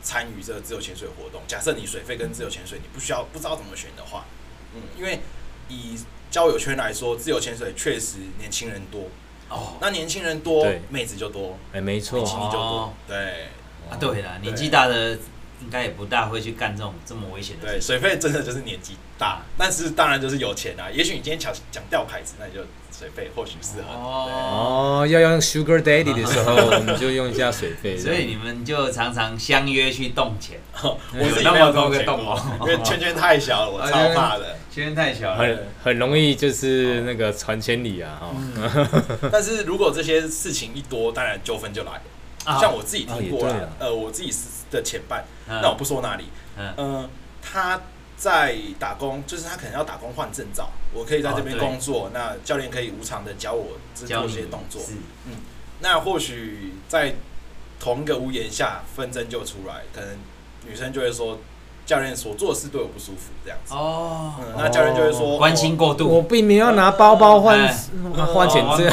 S3: 参与这个自由潜水活动。假设你水费跟自由潜水你不需要不知道怎么选的话，嗯，因为以交友圈来说，自由潜水确实年轻人多，
S1: 哦，
S3: 那年轻人多
S2: 对，
S3: 妹子就多，
S2: 哎，没
S3: 年
S2: 错
S3: 轻，力就
S1: 哦
S3: 多，对
S1: 啊，对了，年纪大的应该也不大会去干这种这么危险的
S3: 对，
S1: 事。
S3: 水费真的就是年纪大，但是当然就是有钱啊。也许你今天想讲钓凯子，那你就水费或许适合你。
S1: 哦，
S2: 哦，要用 Sugar Daddy 的时候，我们就用一下水费。
S1: 所以你们就常常相约去动钱，
S3: 对我
S1: 有
S3: 是
S1: 那
S3: 没
S1: 么
S3: 有
S1: 多
S3: 动
S1: 个
S3: 钱
S1: 洞
S3: 过
S1: 哦
S3: 因为圈圈太小了，我超怕的。
S1: 圈太小了。
S2: 很很容易就是那个传千里啊，哈、
S1: 嗯
S3: 嗯但是如果这些事情一多，当然纠纷就来了。
S1: 啊
S3: 像我自己听过
S2: 啊也对
S3: 了
S2: 啊，
S3: 呃，我自己是的前半，
S1: 嗯
S3: 那我不说哪里，
S1: 嗯
S3: 嗯，他在打工，就是他可能要打工换证照，我可以在这边
S1: 哦对
S3: 工作，那教练可以无偿的教我这
S1: 教
S3: 做
S1: 你
S3: 一些动作。
S1: 是
S3: 那或许在同一个屋檐下，纷争就出来，可能女生就会说教练所做的事对我不舒服这样子。
S1: 哦，
S3: 嗯，那教练就会说
S1: 关心
S3: 哦
S1: 过
S2: 我
S1: 度，
S2: 并没有拿包包换
S1: 哎
S2: 啊换钱这，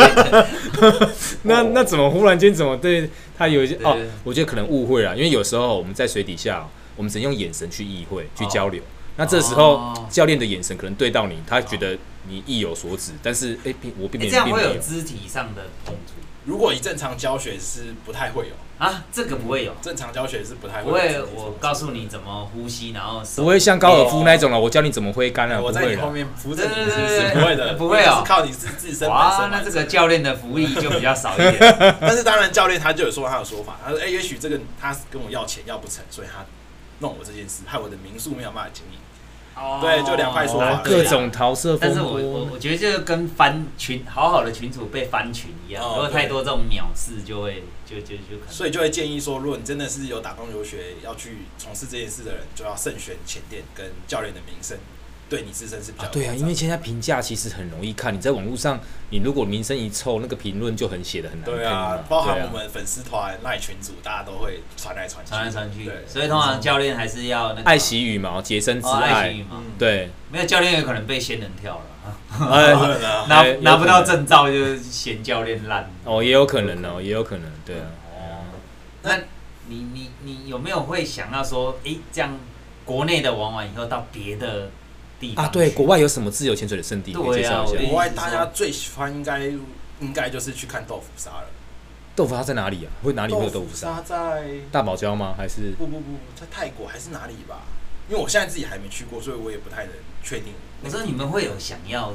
S1: 这
S2: 那那怎么忽然间怎么对他有一些
S1: 哦对
S2: 哦？我觉得可能误会了，啊因为有时候我们在水底下哦，我们只能用眼神去意会、去交流。那这时候
S1: 哦
S2: 教练的眼神可能对到你，他觉得你意有所指，但是哎，并我并没
S1: 这样
S2: 并没
S1: 会有
S2: 有。
S1: 肢体上的碰触
S3: 如果以正常教学是不太会有，
S1: 啊，这个不会有，
S3: 正常教学是不太
S1: 不
S3: 会有
S1: 会
S3: 这种。
S1: 我告诉你怎么呼吸，然后手
S2: 不会像高尔
S1: 哦
S2: 夫那种啊了，我教你怎么挥杆了，
S3: 我
S2: 不
S3: 在
S2: 会啊
S3: 你后
S2: 了。
S3: 面扶着你，
S1: 对
S3: 是
S1: 对对
S3: 不是？
S1: 对
S3: 不会的，
S1: 不会哦
S3: 是靠你自自身本
S1: 哇
S3: 身，
S1: 那
S3: 完
S1: 这
S3: 成。
S1: 个教练的福利就比较少一点。
S3: 但是当然，教练他就有说他的说法，他说：“哎、也许这个他跟我要钱要不成，所以他弄我这件事，害我的民宿没有办法经营。
S1: 哦
S3: 对就两派说法
S1: 啊对
S2: 各
S1: 啊
S2: 种桃色
S1: 但
S2: 风
S1: 是我我
S2: 波，
S1: 我觉得就是跟翻群好好的群主被翻群一样，
S3: 哦
S1: 如果
S3: 对
S1: 太多这种鸟事，就会就就就可能。
S3: 所以就会建议说，如果你真的是有打工留学要去从事这件事的人，就要慎选前店跟教练的名声，对你自身是比较
S2: 啊
S3: 有，
S2: 对啊，
S3: 保障
S2: 因为现在评价其实很容易看，你在网络上，你如果名声一臭，那个评论就很写的很难看
S3: 对
S2: 嘛
S3: 啊，包
S2: 对
S3: 含
S2: 啊
S3: 我们粉丝团、赖群组，大家都会传来传去，
S1: 传来传去
S3: 对，，
S1: 所以通常教练还是要那个
S2: 爱惜羽毛，洁身自
S1: 哦爱惜羽
S2: 爱，
S1: 毛，
S3: 嗯，
S2: 对，
S1: 没有教练有可能被仙人跳了，
S2: 呃，
S3: 对啊，
S1: 拿
S2: 哎有可能
S1: 拿不到证照就是嫌教练烂。
S2: 哦，也有可能哦，也有可能，对啊，
S1: 哦，那你你你有没有会想到说，诶，这样国内的玩完以后到别的地方
S2: 啊，对，
S1: 去
S2: 国外有什么自由潜水的圣地可以介绍一
S1: 对啊
S2: 下？
S1: 我
S3: 国外大家最喜欢应该应该就是去看豆腐沙了。
S2: 豆腐沙在哪里啊？会哪里会有豆腐沙？
S3: 在
S2: 大堡礁吗？还是
S3: 不不不，在泰国还是哪里吧？因为我现在自己还没去过，所以我也不太能确定。
S2: 嗯
S1: 我说你们会有想要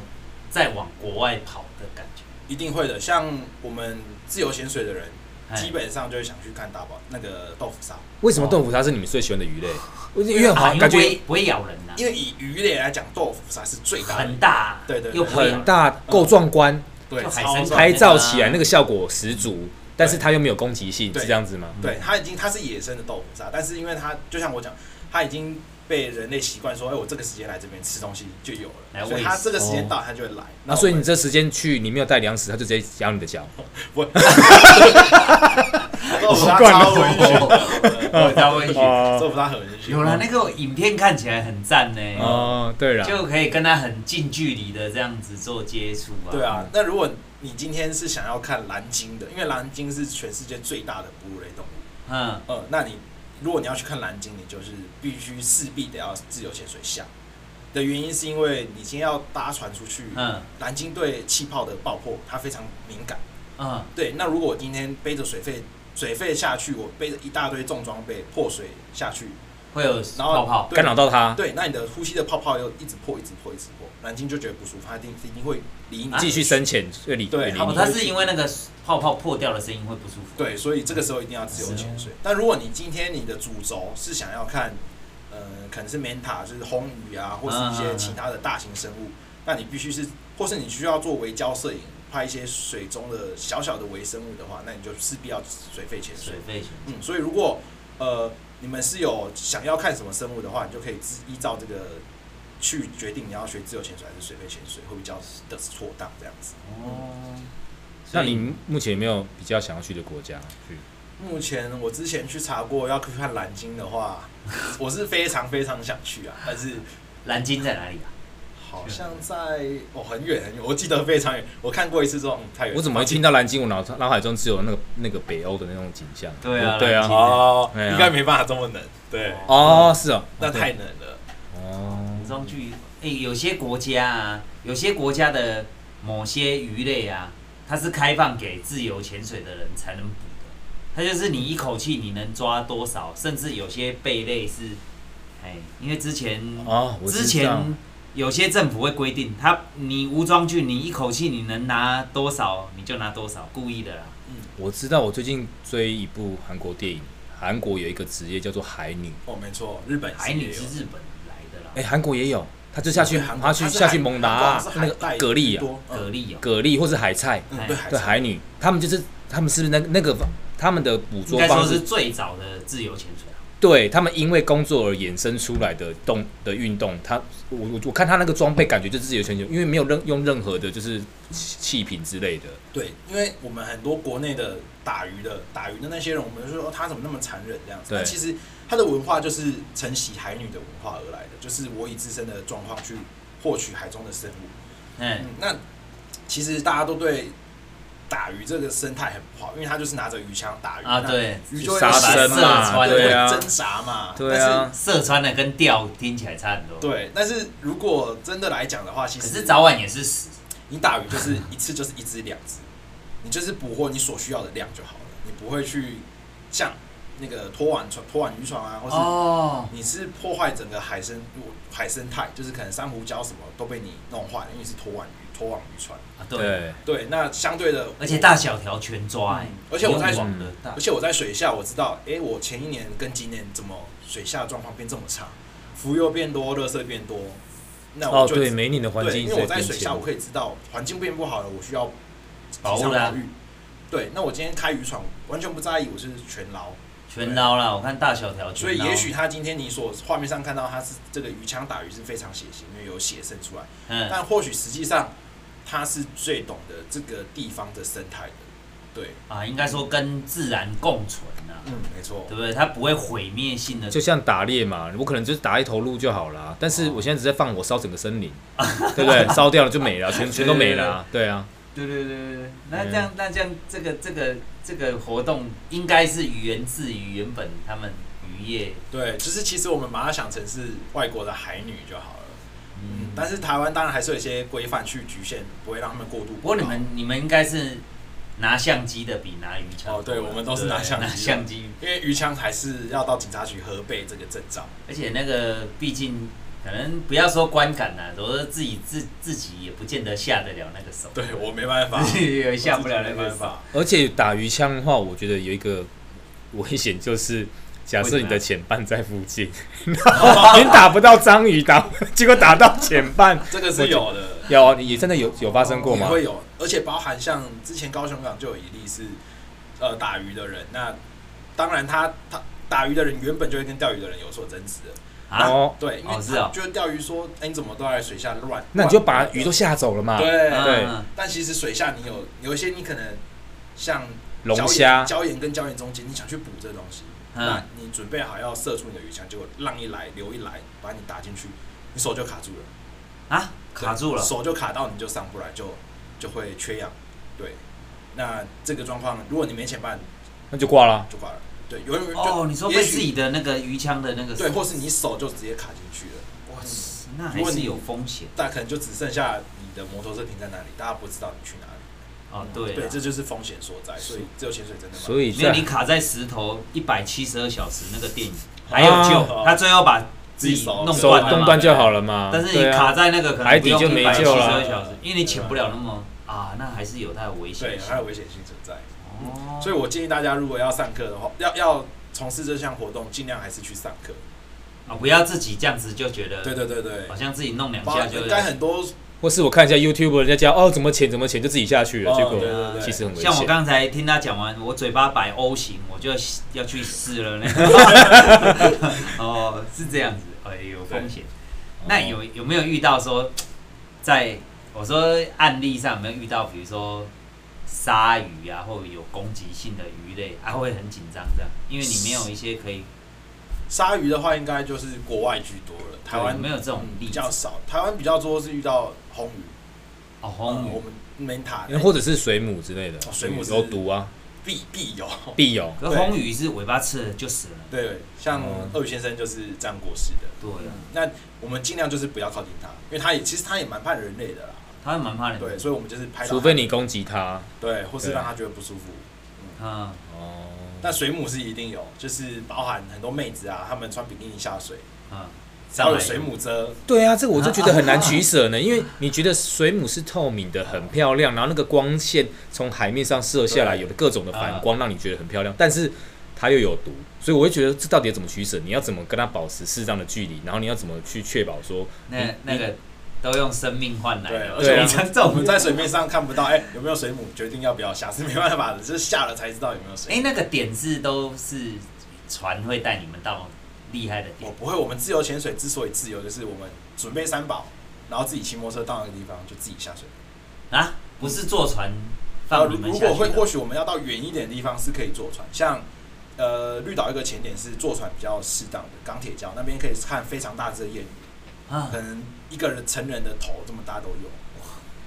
S1: 再往国外跑的感觉，
S3: 一定会的，像我们自由潜水的人，
S1: 哎
S3: 基本上就会想去看大堡那个豆腐沙，
S2: 为什么豆腐沙是你们最喜欢的鱼类？因为
S1: 啊
S2: 好
S1: 因为
S2: 感
S1: 不
S2: 觉
S1: 会不会咬人呐、
S3: 因为以鱼类来讲，豆腐沙是最大的
S1: 很，大，
S3: 对对对
S1: 又不会咬
S2: 很，大，够壮观，
S3: 对，
S1: 就海
S3: 超
S1: 参
S3: 大
S1: 开
S2: 拍照起来那个效果十足，但是它又没有攻击性，
S3: 对哦
S2: 是这样子吗？
S3: 对，它已经它是野生的豆腐沙，但是因为它就像我讲，它已经被人类习惯说，哎、我这个时间来这边吃东西就有
S1: 来
S2: 哎
S3: 了，
S1: 喂
S3: 所以它
S1: 食
S3: 这个时间到它就会来。
S2: 那哦啊所以你这时间去，你没有带粮食，它就直接咬你的脚。
S3: 我豆腐沙超温 驯的，
S1: 我稍微
S3: 豆腐沙很温驯。
S1: 有了那个影片看起来很赞呢、
S2: 哦，对了，
S1: 就可以跟他很近距离的这样子做接触啊。
S3: 对啊，那如果你今天是想要看蓝鲸的，因为蓝鲸是全世界最大的哺乳类动物，
S1: 嗯，
S3: 呃，那你如果你要去看蓝鲸，你就是必须势必得要自由潜水下。的原因是因为你今天要搭船出去，
S1: 嗯
S3: 蓝鲸对气泡的爆破它非常敏感。
S1: 嗯
S3: 对，那如果我今天背着水费水费下去，我背着一大堆重装备破水下去，
S1: 会有
S3: 然后
S1: 泡泡，
S3: 对
S2: 干扰到它，
S3: 对，那你的呼吸的泡泡又一直破，一直破，一直破，蓝鲸就觉得不舒服，它一定一定会离你
S1: 啊
S2: 继续深潜，越离
S3: 对
S2: 越离
S3: 好
S1: 哦，
S2: 你
S1: 它是因为那个泡泡破掉的声音会不舒服。
S3: 对，所以这个时候一定要自由潜水。但如果你今天你的主轴是想要看，呃，可能是 manta，就是红鱼啊，或是一些其他的大型生物，那你必须是，或是你需要做微焦摄影，拍一些水中的小小的微生物的话，那你就势必要水肺潜水
S1: 水。费选
S3: 嗯，所以如果呃你们是有想要看什么生物的话，你就可以自依照这个去决定你要学自由潜水还是水肺潜水，会比较的妥当这样子。
S1: 哦，
S2: 那你目前有没有比较想要去的国家去？
S3: 目前我之前去查过，要去看蓝鲸的话， 我是非常非常想去啊，但是
S1: 蓝鲸在哪里啊？
S3: 好像在哦很远很远，我记得非常远，我看过一次之后，嗯，太远了。
S2: 我怎么会听到蓝鲸？我脑脑海中只有那个那个北欧的那种景象。
S1: 对啊
S2: 对
S1: 蓝
S2: 啊
S1: 鲸。
S3: 哦，
S2: 哎呀
S3: 应该没办法这么冷，对，
S2: 哦，是哦，
S3: 那
S2: OK
S3: 太冷了。
S2: 哦
S1: 古装剧，哎、有些国家啊，有些国家的某些鱼类啊，它是开放给自由潜水的人才能捕的。它就是你一口气你能抓多少，甚至有些贝类是，哎、因为之前
S2: 哦，我知道
S1: 之前有些政府会规定，他你无装具，你一口气你能拿多少你就拿多少，故意的啦。
S2: 我知道，我最近追一部韩国电影，韩国有一个职业叫做海女，
S3: 哦，没错，日本
S1: 海女
S3: 是
S1: 是日本来的啦，
S2: 哎，韩国也有，他就下去，
S3: 对韩国
S2: 他去
S3: 它是
S2: 下去
S3: 海
S2: 蒙达啊
S3: 韩国是
S2: 那
S3: 海
S2: 个
S3: 带
S2: 蛤蜊啊，
S3: 多，
S1: 蛤
S3: 嗯
S1: 蜊哦、
S2: 蛤蜊或是海菜，
S1: 哎
S3: 嗯，对，
S2: 对
S3: 海
S2: 海女，他们就是他们是不是那那个他们的捕
S1: 应
S2: 捉
S1: 该说
S2: 方
S1: 是
S2: 式？
S1: 最早的自由潜水啊。
S2: 对他们因为工作而衍生出来的动的运动，他我我我看他那个装备感觉就是自由全球，因为没有任用任何的就是气气瓶之类的，
S3: 对，因为我们很多国内的打鱼的打鱼的那些人，我们就说、哦、他怎么那么残忍这样子。
S2: 对
S3: 那其实他的文化就是承袭海女的文化而来的，就是我以自身的状况去获取海中的生物。
S1: 嗯
S3: 嗯，，那其实大家都对打鱼这个生态很不好，因为他就是拿着鱼枪打鱼
S1: 啊，，对，
S3: 那鱼就会
S2: 杀生
S1: 嘛
S3: 嘛，
S1: 对
S2: 啊
S3: 会挣扎嘛，
S2: 对啊，
S1: 射穿的跟钓听起来差很多。
S3: 但是。，对，但是如果真的来讲的话，其
S1: 可
S3: 实
S1: 是早晚也是死。
S3: 你打鱼就是一次就是一只两只，你就是捕获你所需要的量就好了，你不会去像那个拖网船、拖网渔船啊，或是
S1: 哦，
S3: 你是破坏整个海生海生态，就是可能珊瑚礁什么都被你弄坏了，因为你是拖网渔拖网渔船。
S1: 啊对，，
S3: 对，那相对的，
S1: 而且大小条全抓，哎
S3: 嗯而且我在
S1: 不用网的大
S3: 而，且我在水下我知道，诶，我前一年跟今年怎么水下状况变这么差？浮又变多，垃圾变多，那我
S2: 哦，
S3: 就
S2: 对，每年的环
S3: 对，
S2: 境
S3: 因
S2: 在
S3: 为我在
S2: 变
S3: 水下，
S2: 迁
S3: 我可以知道环境变不好了，我需要
S1: 保护
S3: 提倡
S1: 啦
S3: 保育。对，那我今天开渔船完全不在意，我是全捞，
S1: 全捞了，我看大小条
S3: 所
S1: 全
S3: 以
S1: 捞。
S3: 也许他今天你所画面上看到他是这个鱼枪打鱼是非常血腥，因为有血渗出来，
S1: 嗯，
S3: 但或许实际上他是最懂得这个地方的生态的。对，
S1: 啊，应该说跟自然共存啊，
S3: 嗯，没错
S1: 对，不对？它不会毁灭性的
S2: 就像打猎嘛，我可能就是打一头鹿就好啦，但
S3: 哦
S2: 是我现在只在放火烧整个森 林，对不对？烧掉了就没了，全全都没了啊，对啊，
S1: 对对对对对，那这样那这样这个这个这个活动应该是源自于原本他们渔业，
S3: 对，就是其实我们把它想成是外国的海女就好了。嗯
S1: 嗯，，
S3: 但是台湾当然还是有一些规范去局限，不会让他们过度
S1: 不过
S3: 捕捞。
S1: 你们你们应该是拿相机的比拿鱼枪
S3: 哦对
S1: 多吧
S3: 我们都是拿
S1: 对
S3: 相机
S1: 拿
S3: 的
S1: 相机，
S3: 因为鱼枪还是要到警察局核备这个证 照。
S1: 而且那个毕竟可能不要说观感啦，我说自己自自己也不见得下得了那个手，
S3: 对我没办法，
S1: 自己也
S3: 我
S1: 下不了那
S3: 自己
S1: 个
S3: 没办
S1: 手。
S3: 法。
S2: 而且打鱼枪的话，我觉得有一个危险就是。假设你的潜伴在附近， 你打不到章鱼，打结果打到潜伴，
S3: 这个是有的，
S2: 有啊，你也真的有有发生过
S3: 也
S2: 吗？
S3: 会有，而且包含像之前高雄港就有一例是，呃，打鱼的人，那当然他他打鱼的人原本就会跟钓鱼的人有所争执的，
S1: 啊，
S2: 哦，
S3: 对，因为
S1: 哦是哦
S3: 他就是钓鱼说，哎、你怎么都在水下乱？
S2: 那你就
S3: 乱
S2: 把
S3: 跑
S2: 鱼都吓走了嘛。
S3: 对，
S2: 对
S1: 嗯
S3: 但其实水下你有有一些你可能像
S2: 龙虾
S3: 礁岩跟礁岩中间，你想去捕这个东西，那
S1: 嗯，
S3: 你准备好要射出你的鱼枪，结果浪一来，流一来，把你打进去，你手就卡住了，
S1: 啊，卡住了
S3: 对，手就卡到你就上不来，就就会缺氧。对，那这个状况，如果你没钱办，
S2: 那就挂了。
S3: 就挂了。对，有人就
S1: 哦，你说
S3: 也
S1: 被
S3: 许
S1: 自己的那个鱼枪的那个手
S3: 对，或是你手就直接卡进去了，
S1: 哇塞，那还是有风险
S3: 但可能就只剩下你的摩托车停在哪里，大家不知道你去哪里。
S1: 哦，对
S3: 嗯对，
S1: 啦，
S3: 这就是风险所在。所以
S1: 是
S3: 自由潜水真的蛮
S2: 所以
S1: 没有
S2: 在
S1: 你卡在石头一百七十二小时那个电影还有救，
S3: 哦
S1: 他最后把自己弄
S2: 手
S1: 断了
S2: 动
S1: 嘛
S2: 断就好了嘛。
S1: 但是
S2: 对
S1: 你
S2: 啊
S1: 卡在那个可能
S2: 海底就没救了
S1: 172小时，因为你潜不了那么啊，那还是有它的危
S3: 对，
S1: 险性
S3: 还。有危险性存在。
S1: 哦
S3: 所以我建议大家，如果要上课的话，要要从事这项活动，尽量还是去上课。
S1: 啊，不要自己这样子就觉得
S3: 对对对对
S1: 好，像自己弄两
S3: 包
S1: 下
S3: 含
S1: 呃就
S3: 应该很多
S2: 或是我看一下 YouTube 人家教哦怎么潜怎么潜，就自己下去了，
S3: 哦
S2: 结
S3: 对
S2: 果
S3: 对对
S2: 其实很危
S1: 像我
S2: 险。
S1: 刚才听他讲完，我嘴巴摆 O 型，我就要去试了 那个。 哦，是这样子，哎，有风险。
S3: 哦
S1: 那有有没有遇到说，在我说案例上有没有遇到，比如说鲨鱼啊，或者有攻击性的鱼类，啊会很紧张这样，因为你没有一些可以
S3: 鲨鱼的话，应该就是国外居多了，台湾
S1: 对没有这种
S3: 嗯
S1: 例
S3: 比
S1: 子
S3: 较少，台湾比较多是遇到红鱼，
S1: 哦红
S3: 嗯
S1: 鱼
S3: 我，们没塔
S2: 嗯或者是水母之类的，
S3: 水母是
S2: 有毒啊，
S3: 必必有，
S2: 必有。
S1: 可是红鱼是尾巴吃了就死了，
S3: 对，像
S2: 嗯
S3: 鳄鱼先生就是这样过世的。
S1: 对啊，
S3: 那我们尽量就是不要靠近它，因为它也其实它也蛮怕人类的啦，
S1: 它蛮怕人的，
S3: 对，所以我们就是拍到它，
S2: 除非你攻击它。
S3: 对，或是
S2: 对
S3: 让它觉得不舒服，
S1: 嗯，
S2: 哦，
S3: 但水母是一定有，就是包含很多妹子啊，她们穿比基尼下水，
S1: 嗯，
S3: 只要有水母遮，
S2: 对啊，这个我就觉得很难取舍
S3: 啊
S2: 呢，因为你觉得水母是透明的，很漂亮，然后那个光线从海面上射下来，
S3: 对啊
S2: 有的各种的反光，让你觉得很漂亮，但是它又有毒，所以我会觉得这到底要怎么取舍？你要怎么跟它保持适当的距离，然后你要怎么去确保说
S1: 那那个都用生命换来
S3: 对，
S1: 的，
S3: 而
S2: 对
S3: 且
S2: 啊
S3: 我
S1: 你
S3: 们
S1: 这
S3: 我
S1: 种
S3: 们在水面上看不到，哎、有没有水母，决定要不要下是没办法的，就是下了才知道有没有水
S1: 哎、
S3: 母。
S1: 那个点是都是船会带你们到厉害的
S3: 我
S1: 点，
S3: 不会，我们自由潜水之所以自由，就是我们准备三宝，然后自己骑摩托车到那个地方就自己下水。
S1: 啊，不是坐船
S3: 然后
S1: 放你
S3: 如
S1: 们
S3: 如
S1: 下
S3: 果
S1: 去
S3: 会，或
S1: 的。
S3: 许我们要到远一点的地方是可以坐船，像呃绿岛有一个潜点是坐船比较适当的，钢铁礁那边可以看非常大只的燕鱼，
S1: 啊
S3: 可，能一个人成人的头这么大都有。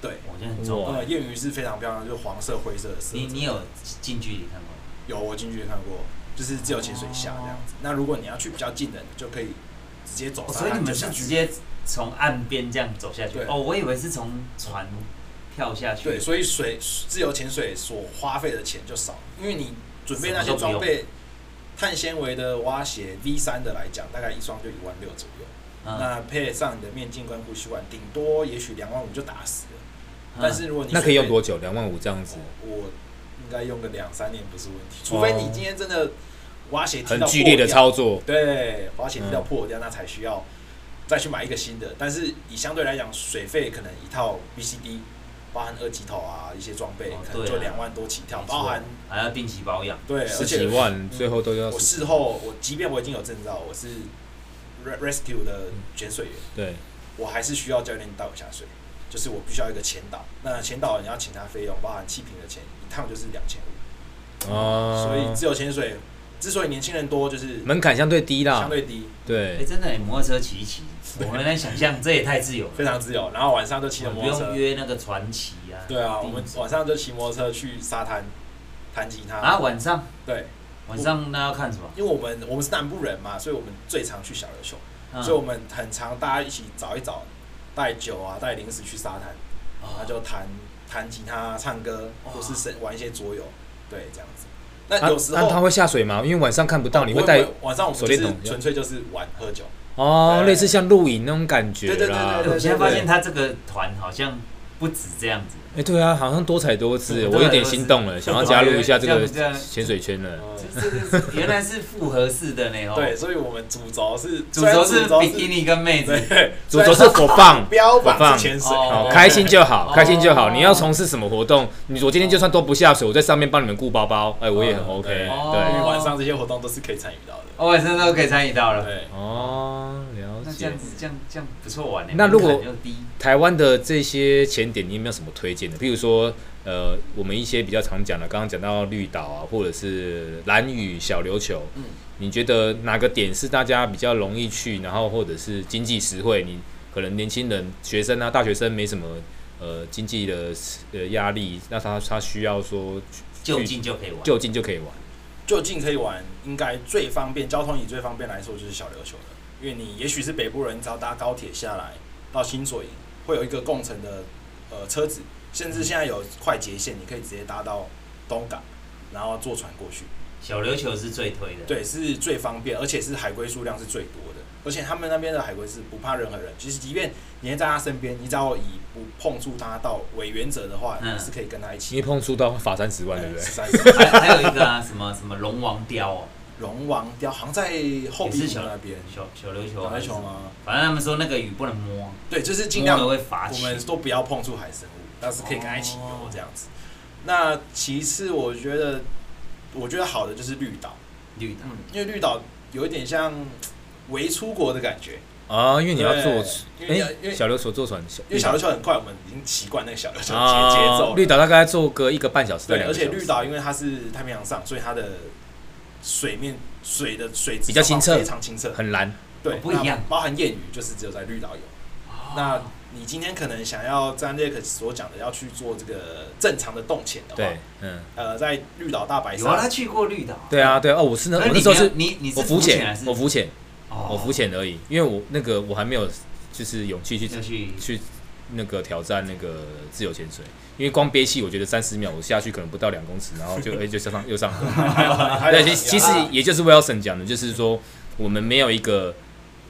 S3: 对，
S1: 我觉得很重
S2: 哇
S1: 要。
S3: 呃，燕鱼是非常漂亮，就是黄色、灰色的色泽。
S1: 你你有近距离看过吗？
S3: 有我进去看过，就是只有潜水下这样子。那如果你要去比较近的，你就可以直接走
S1: 哦、
S3: 上
S1: 所
S3: 岸、
S1: 以你们
S3: 就是下去
S1: 直接从岸边这样走下去
S3: 对？
S1: 哦，我以为是从船跳下去。
S3: 对，所以水自由潜水所花费的钱就少，因为你准备那些
S1: 什么
S3: 装
S1: 都不
S3: 备，碳纤维的蛙鞋 V 三的来讲，大概一双就一万六左右。
S1: 嗯，
S3: 那配上你的面镜跟呼吸管，顶多也许两万五就打死了。
S1: 嗯
S3: 但是如果你
S2: 那可以用
S3: 水
S2: 多久？两万五这样子
S3: 费，，我应该用个两三年不是问题，除非你今天真的蛙鞋踢
S2: 很
S3: 到
S2: 剧烈的
S3: 破掉
S2: 操作，
S3: 对，滑行踢到破掉，那才需要再去买一个新的。但是以相对来讲，水费可能一套 BCD，包含二级头啊一些装备，
S1: 哦
S3: 可能就
S1: 对啊
S3: 两万多起跳，
S1: 没错
S3: 包含
S1: 还要定期保养。
S3: 对，而
S2: 十
S3: 且
S2: 几万，最后都要
S3: 我
S2: 十
S3: 事后，我即便我已经有证照，我是 re- rescue 的潜水员，
S2: 对，
S3: 我还是需要教练带我下水，就是我必须要一个前导。那前导你要请他费用，包含气瓶的钱，一趟就是两千五。
S2: 哦，
S3: 啊
S1: 嗯
S3: 所以自由潜水之所以年轻人多，就是
S2: 门槛相对低啦
S3: 相，对低，
S1: 哎、
S2: 对，
S1: 真的耶，摩托车骑一骑，我很难想象，这也太自由了。
S3: 非常自由。然后晚上就 骑着
S1: 哦不
S3: 摩托
S1: 用
S3: 车，
S1: 约那个传奇啊。
S3: 对啊，
S1: 地
S3: 我们晚上就骑摩托车去沙滩弹吉他。
S1: 啊，晚上
S3: 对，
S1: 晚上那要看什么？
S3: 因为我们我们是南部人嘛，所以我们最常去小琉球，
S1: 嗯
S3: 所以我们很常大家一起找一找，带酒啊，带零食去沙滩。
S2: 嗯
S1: 哦
S3: 他就弹弹吉他、唱歌，
S1: 哇
S3: 或是是玩一些桌游，对，这样子。那
S2: 啊
S3: 有时
S2: 那他
S3: 候哦
S2: 会下水吗？因为晚上看不到，你
S3: 我
S2: 会带
S3: 我晚上我们
S2: 手
S3: 就
S2: 电
S3: 是
S2: 筒
S3: 纯粹就是玩喝酒，
S2: 哦，
S3: 对
S2: 类似像露营那种感觉啦。
S3: 对对对
S1: 对我现在发现他这个团好像不止这样子，
S2: 哎、对啊，好像多彩多姿，
S1: 对
S2: 我有点心动了，想要加入一下这个
S1: 这样这样
S2: 潜水圈了。
S1: 这这这原来是复合式的呢哦。
S3: 嗯对，，所以我们主轴是
S1: 主
S3: 虽然
S1: 轴
S3: 主
S1: 是
S3: 轴
S1: 比基尼跟妹子，
S3: 对，
S2: 主轴是火放，
S3: 标
S2: 火放
S3: 榜是潜 水，
S1: 哦
S2: 好
S3: 对
S2: 开心就好，
S1: 哦
S2: 开心就好。你要从事什么活动？你我今天就算都不下水，我在上面帮你们顾包包，哎、我也很
S3: 哦
S2: OK
S3: 对。因为
S1: 哦
S2: 对，
S3: 晚上这些活动都是可以参与到的。
S1: 我晚上都可以参与
S2: 嗯
S1: 到了。
S3: 对，
S2: 哦，了
S1: 那这
S2: 解
S1: 样。子，这样这样不错玩呢。
S2: 那如果
S1: 门槛又低，
S2: 台湾的这些潜点，你有没有什么推荐的？比如说，呃，我们一些比较常讲的，刚刚讲到绿岛啊，或者是蓝屿、小琉球，
S3: 嗯
S2: 你觉得哪个点是大家比较容易去，然后或者是经济实惠？你可能年轻人、学生啊、大学生没什么呃经济的呃压力，那他他需要说去
S1: 就近就可以玩。
S2: 就近就可以玩，
S3: 就近可以玩，应该最方便，交通以最方便来说就是小琉球了，因为你也许是北部人，只要搭高铁下来到新左营，会有一个共乘的呃车子，甚至现在有快捷线，你可以直接搭到东港，然后坐船过去，
S1: 小琉球是最推的。
S3: 对，是最方便，而且是海龟数量是最多的，而且他们那边的海龟是不怕任何人，其实即便你在他身边，你只要以不碰触他到为原则的话，
S1: 嗯
S3: 你是可以跟他
S2: 因
S3: 一
S2: 为
S3: 起。
S2: 碰触到会罚三十万，对不对？
S3: 三十
S1: 还还有一个啊， 什么什么龙王雕哦，
S3: 龙王雕好像在后
S1: 也
S3: 壁
S1: 是
S3: 湖
S1: 小
S3: 那边，
S1: 小小琉球
S3: 小
S1: 还
S3: 琉
S1: 是什
S3: 球
S1: 么，
S3: 吗？
S1: 反正他们说那个雨不能摸，
S3: 对，就是尽
S1: 摸
S3: 量
S1: 了
S2: 嗯
S3: 我
S1: 会罚钱。
S3: 们都不要碰触海生物，但是可以跟它一起
S2: 哦
S3: 游这样子。那其次，我觉得，我觉得好的就是绿岛，
S1: 绿岛，
S3: 嗯，因为绿岛有一点像嗯微出国的感觉，
S2: 啊，因为你要坐，
S3: 对因
S2: 哎、
S3: 为要因为
S2: 小琉球坐船，小
S3: 因为小琉球很快，我们已经习惯那个小琉球
S2: 啊
S3: 的节节奏了
S2: 绿岛大概坐个一个半小时到
S3: 对，
S2: 两
S3: 而
S2: 个小时，
S3: 且绿岛因为它是太平洋上，所以它的水面水的水质
S2: 比较清澈哦
S3: 非常清澈，
S2: 很蓝，
S3: 对，
S1: 不一样
S3: 那包含谚语就是只有在绿岛有。那
S1: 哦
S3: 你今天可能想要张杰克所讲的要去做这个正常的洞潜的话
S2: 对，，嗯，
S3: 呃，在绿岛大白
S1: 有啊，他
S3: 沙，
S1: 去过绿岛。
S2: 对啊，对啊，哦，我是那
S1: 可是
S2: 我那
S1: 你
S2: 时候
S1: 没有
S2: 是，
S1: 你你是
S2: 我浮
S1: 还
S2: 潜，
S1: 是
S2: 我浮潜，
S1: 哦
S2: 我浮潜而已，因为我那个我还没有就是勇气去
S1: 要去
S2: 去那个挑战那个自由潜水，因为光憋气，我觉得三十秒我下去可能不到两公尺，然后就哎、就上 又上来。
S3: 还有啊
S2: 对，其其实也就是 Wilson 讲的，就是说我们没有一个。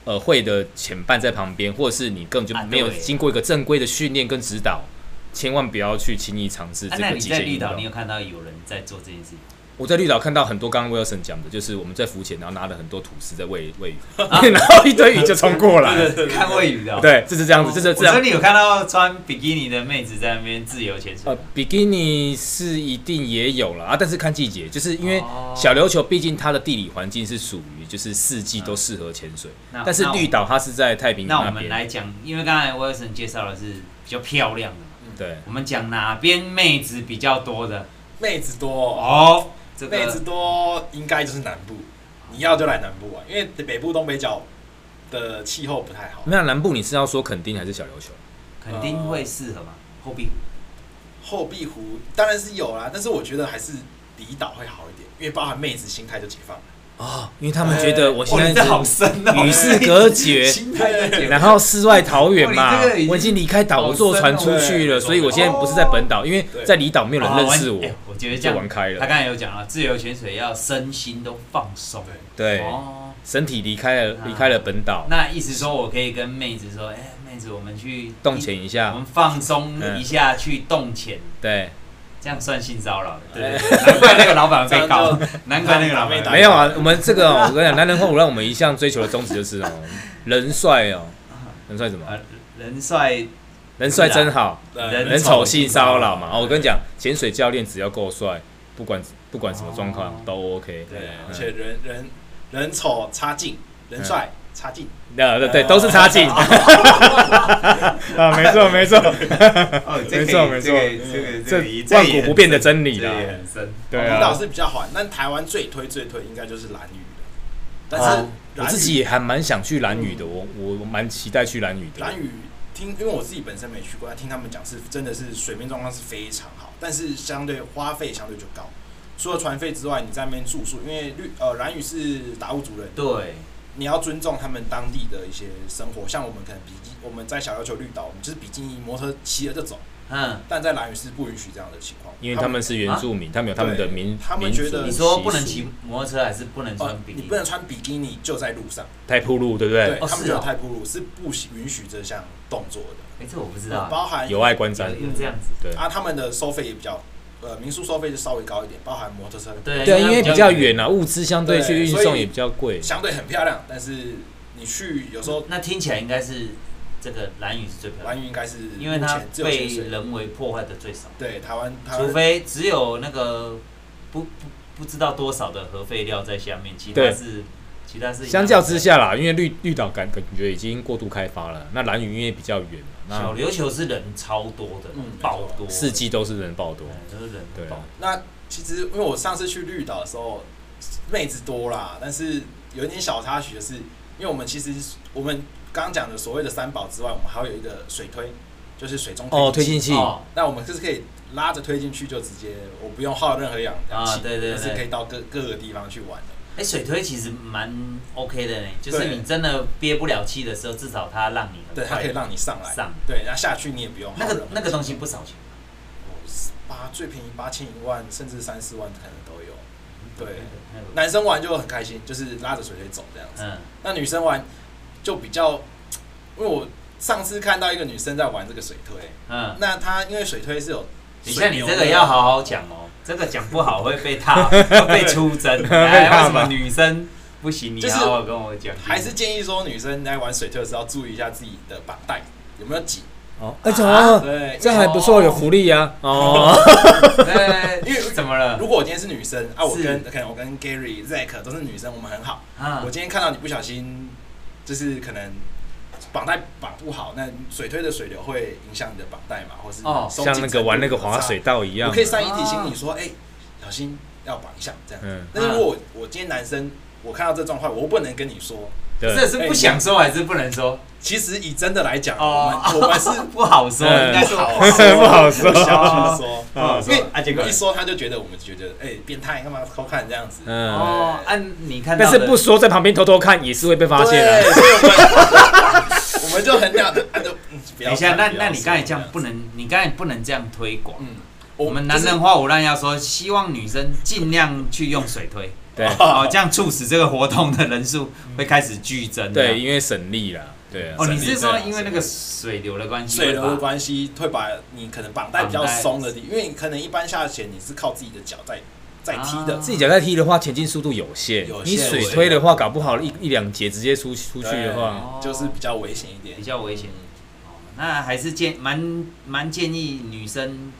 S2: 呃，会的潜伴在旁边，或者是你根本就
S1: 啊
S2: 没有
S1: 对
S2: 经过一个正规的训练跟指导，千万不要去轻易尝试
S1: 啊
S2: 这
S1: 那
S2: 个
S1: 你
S2: 极
S1: 在
S2: 限
S1: 绿
S2: 运动。
S1: 岛，你有看到有人在做这件事情？
S2: 我在绿岛看到很多刚刚 Wilson 讲的，就是我们在浮潜，然后拿了很多吐司在喂 喂鱼，
S1: 啊
S2: 然后一堆鱼就冲过来。
S1: 看喂鱼的哦。
S2: 对，就是这样
S1: 哦，
S2: 子，就是
S1: 我
S2: 这
S1: 说
S2: 样。
S1: 你有看到穿比基尼的妹子在那边自由潜水
S2: 呃
S1: 吗？，
S2: 比基尼是一定也有了啊，但是看季节，就是因为
S1: 哦
S2: 小琉球毕竟它的地理环境是属于就是四季都适合潜水，
S1: 那
S2: 但是
S1: 嗯那我
S2: 绿岛它是在太平
S1: 那
S2: 洋
S1: 我
S2: 那
S1: 们
S2: 边，
S1: 来讲，因为刚才 Wilson 介绍的是比较漂亮的嘛，
S2: 对，
S1: 我们讲哪边妹子比较多的
S3: 妹子多，
S1: 哦，这
S3: 妹子
S1: 个
S3: 多应该就是南部，你要就来南部玩，因为北部东北角的气候不太好，
S2: 那南部你是要说垦丁还是小琉球？
S1: 肯定会适合嘛，
S2: 哦
S1: 后壁
S3: 后壁湖当然是有啦，但是我觉得还是离岛会好一点，因为包含妹子心态就解放了，
S1: 哦
S2: 啊，因为他们觉得我现
S1: 哇，你
S2: 在
S1: 这
S2: 是
S1: 好深哦，
S2: 与世隔绝，
S1: 心态在解放
S2: 然后世外桃源
S1: 哇
S2: 嘛
S1: 你这个已，经
S2: 我已经离开岛，
S1: 好
S2: 我坐船出去了，
S3: 深哦
S2: 所以我现在不是在本岛，因为在离岛没有人认识
S1: 哦
S2: 我
S1: 玩，哎我觉得这
S2: 就玩
S1: 样，
S2: 开
S1: 他
S2: 了。
S1: 刚才有讲了，自由潜水要身心都放松。
S2: 对，
S1: 哦，
S2: 身体离开了，
S1: 啊
S2: 离开了本岛，
S1: 那意思说我可以跟妹子说，哎，妹子，我们去
S2: 动潜一
S1: 我
S2: 下。
S1: 们放松一下，去动潜，
S2: 对，
S1: 这样算性骚扰。对，难怪那个老板被 告，难怪那个老板
S3: 打
S1: 被
S3: 一
S2: 没有啊，我们这个哦我跟你讲，男人后，让我们一向追求的宗旨就是哦，人帅哦，人帅怎么？
S1: 呃，人帅
S2: 人帅真好，
S3: 呃
S1: 啊人
S2: 人
S1: 丑
S2: 丑
S1: 性
S2: 性
S1: 骚
S2: 骚
S1: 扰
S2: 扰
S1: 嘛
S2: 嘛。哦我跟你讲，潜水教练只要够帅，不管不管什么状
S1: 哦
S2: 况都 OK。
S3: 对，
S2: 嗯
S3: 而且人人人丑差劲，人帅差劲，
S2: 那对对，都是 差劲 啊，没错没错，
S1: 哦，这
S2: 没错
S1: 个这个
S2: 没错
S1: 这个
S2: 这
S1: 个也
S2: 万古不变的
S1: 这
S2: 真理
S1: 个也
S2: 啦。
S1: 很深，
S2: 对
S3: 舞蹈
S2: 啊，
S3: 是比较缓，但台湾最推最推应该就是蓝雨了。但是
S2: 哦我
S3: 蓝雨、
S2: 自己也还蛮想去蓝屿的，我我蛮期待去蓝屿的。
S3: 蓝雨听，因为我自己本身没去过，但听他们讲是真的是水面状况是非常好，但是相对花费相对就高。除了船费之外，你在那边住宿，因为绿呃蓝屿是达悟族人，
S1: 对，
S3: 你要尊重他们当地的一些生活。像我们可能比基，我们在小要求绿岛，我们就是比基尼摩托车骑了就走，
S1: 嗯，
S3: 但在蓝屿是不允许这样的情况，
S2: 因为他们是原住民，他们有他们的民，
S3: 他们
S2: 民
S3: 觉得
S2: 族
S1: 你说不
S2: 习
S1: 能
S2: 俗
S1: 骑摩托车，还是不能
S3: 呃
S1: 穿比基
S2: 哦
S3: 你
S1: 尼
S3: 不？能穿比基尼就在路上。
S2: 太铺路，对不对？
S1: 哦
S3: 他
S1: 是
S3: 们觉
S1: 哦
S3: 得太哺乳是不许允许这项动作的，
S1: 哎，这我不知道，
S3: 包
S2: 啊
S3: 含
S2: 有碍观瞻
S1: 有，有这样子，
S2: 对。
S3: 啊，他们的收费也比较，呃，民宿收费就稍微高一点，包含摩托车，
S1: 对
S2: 对啊，因为比较
S1: 远。
S2: 远啊，物资相对去运送也比较贵。
S3: 相对很漂亮，但是你去有时候
S1: 那听起来应该是这个蓝雨是最漂亮
S3: 玩
S1: 的，
S3: 鱼应该是
S1: 因为它
S3: 目前只有
S1: 被
S3: 潜水，
S1: 人为破坏的最少，
S3: 对台湾，台湾
S1: 除非只有那个不不不知道多少的核废料在下面，其他
S2: 对
S1: 是其他是
S2: 相较之下啦，因为绿绿岛感感觉已经过度开发了，那蓝屿因为比较远
S1: 小
S2: 嘛，
S1: 琉球是人超多的
S3: 嗯，
S1: 爆多
S2: 那四季都是人爆多
S1: 对，都是人
S2: 对啊
S1: 爆。
S3: 那其实因为我上次去绿岛的时候，妹子多啦，但是有一点小插曲的是，因为我们其实我们刚刚讲的所谓的三宝之外，我们还会有一个水推，就是水中
S2: 哦，推
S3: 器
S2: 进器
S1: 哦，
S3: 那我们就是可以拉着推进去，就直接我不用耗任何氧
S1: 啊
S3: 氧气，
S1: 对对对
S3: 就是可以到各各个地方去玩的。
S1: 哎，水推其实蛮 OK 的呢，就是
S3: 对
S1: 你真的憋不了气的时候，至少它让你很
S3: 对，它
S1: 快
S3: 可以让你上来，
S1: 上
S3: 对，然后下去你也不用
S1: 那
S3: 耗任
S1: 个
S3: 何
S1: 那个东西不少钱，
S3: 哦八最便宜八千一万，甚至三四万可能都有。
S1: 嗯
S3: 对，
S1: 那个
S3: 男生玩就很开心，就是拉着水推走这样子。
S1: 嗯，
S3: 那女生玩就比较，因为我上次看到一个女生在玩这个水推，
S1: 嗯，
S3: 那她因为水推是有
S1: 等
S3: 水
S1: 一下你
S3: 牛
S1: 这
S3: 的
S1: 个要好好讲哦，这个讲不好会被 踏，会被出征。
S2: 被
S1: 哎，
S2: 踏
S1: 为什么
S2: 吧
S1: 女生不行？你
S3: 就是
S1: 要好好跟我讲，
S3: 还是建议说，女生在玩水特的时候要注意一下自己的绑带有没有紧。
S2: 哦，而且哦，
S3: 对，
S2: 这样还不错，有福利啊。哦，
S1: 对，哎因为怎么了？
S3: 如果我今天是女生啊，我
S1: 是
S3: 跟可能我跟 Gary、Zack 都是女生，我们很好。
S1: 啊
S3: 我，今天看到你不小心，就是可能绑带绑不好，那水推的水流会影响你的绑带嘛，或是
S1: 哦
S3: 松紧
S2: 像那个玩那个
S3: 程度
S2: 滑水，道一
S3: 我
S2: 样
S3: 可。以善意提醒你说，哎，小心要绑一下这样。
S2: 嗯，
S3: 但是如果我我今天男生，我看到这状况，我不能跟你说。
S1: 这
S2: 对，
S1: 是不想说还是不能说？
S3: 其实以真的来讲，
S1: 哦
S3: 我们我们是
S1: 不好说，
S2: 嗯
S1: 应该说
S3: 好 说
S2: 不好说
S3: 不想去说。
S1: 不好
S3: 因为
S1: 说。啊，结果
S3: 一说他就觉得我们觉得哎、变态，干嘛偷看这样子？
S2: 嗯，
S1: 哦，按你看
S2: 但
S1: 到
S2: 是
S1: 的，
S2: 不说，在旁边偷偷看也是会被发现啊
S3: 对，
S2: 的。
S3: 所以我们我们 就很了，啊就嗯不要
S1: 等一下，
S3: 看
S1: 那
S3: 不要
S1: 那你
S3: 说
S1: 刚才这样不
S3: 样
S1: 能，你刚才不能这样推广
S3: 子，。嗯，
S1: 我们男人话我让要说，希望女生尽量去用水推，
S2: 对
S3: 啊
S1: 哦，这样促使这个活动的人数会开始剧增。
S2: 对，，因为省力啦，对啊。
S1: 啊哦，
S2: 省
S1: 你
S2: 力
S1: 是说因为那个水流的关
S3: 就是
S1: 系，
S3: 水流的
S1: 会把
S3: 关系会把你可能绑带比较松的地，因为你可能一般下潜你是靠自己的脚在在踢的
S1: 啊，
S2: 自己脚在踢的话，前进速度有限
S3: 有。限
S2: 你水推的话，搞不好一一两节直接出出去的话，
S1: 哦
S3: 就是比较危险一点
S1: 比。较危险。哦，那还是建蛮蛮建议女生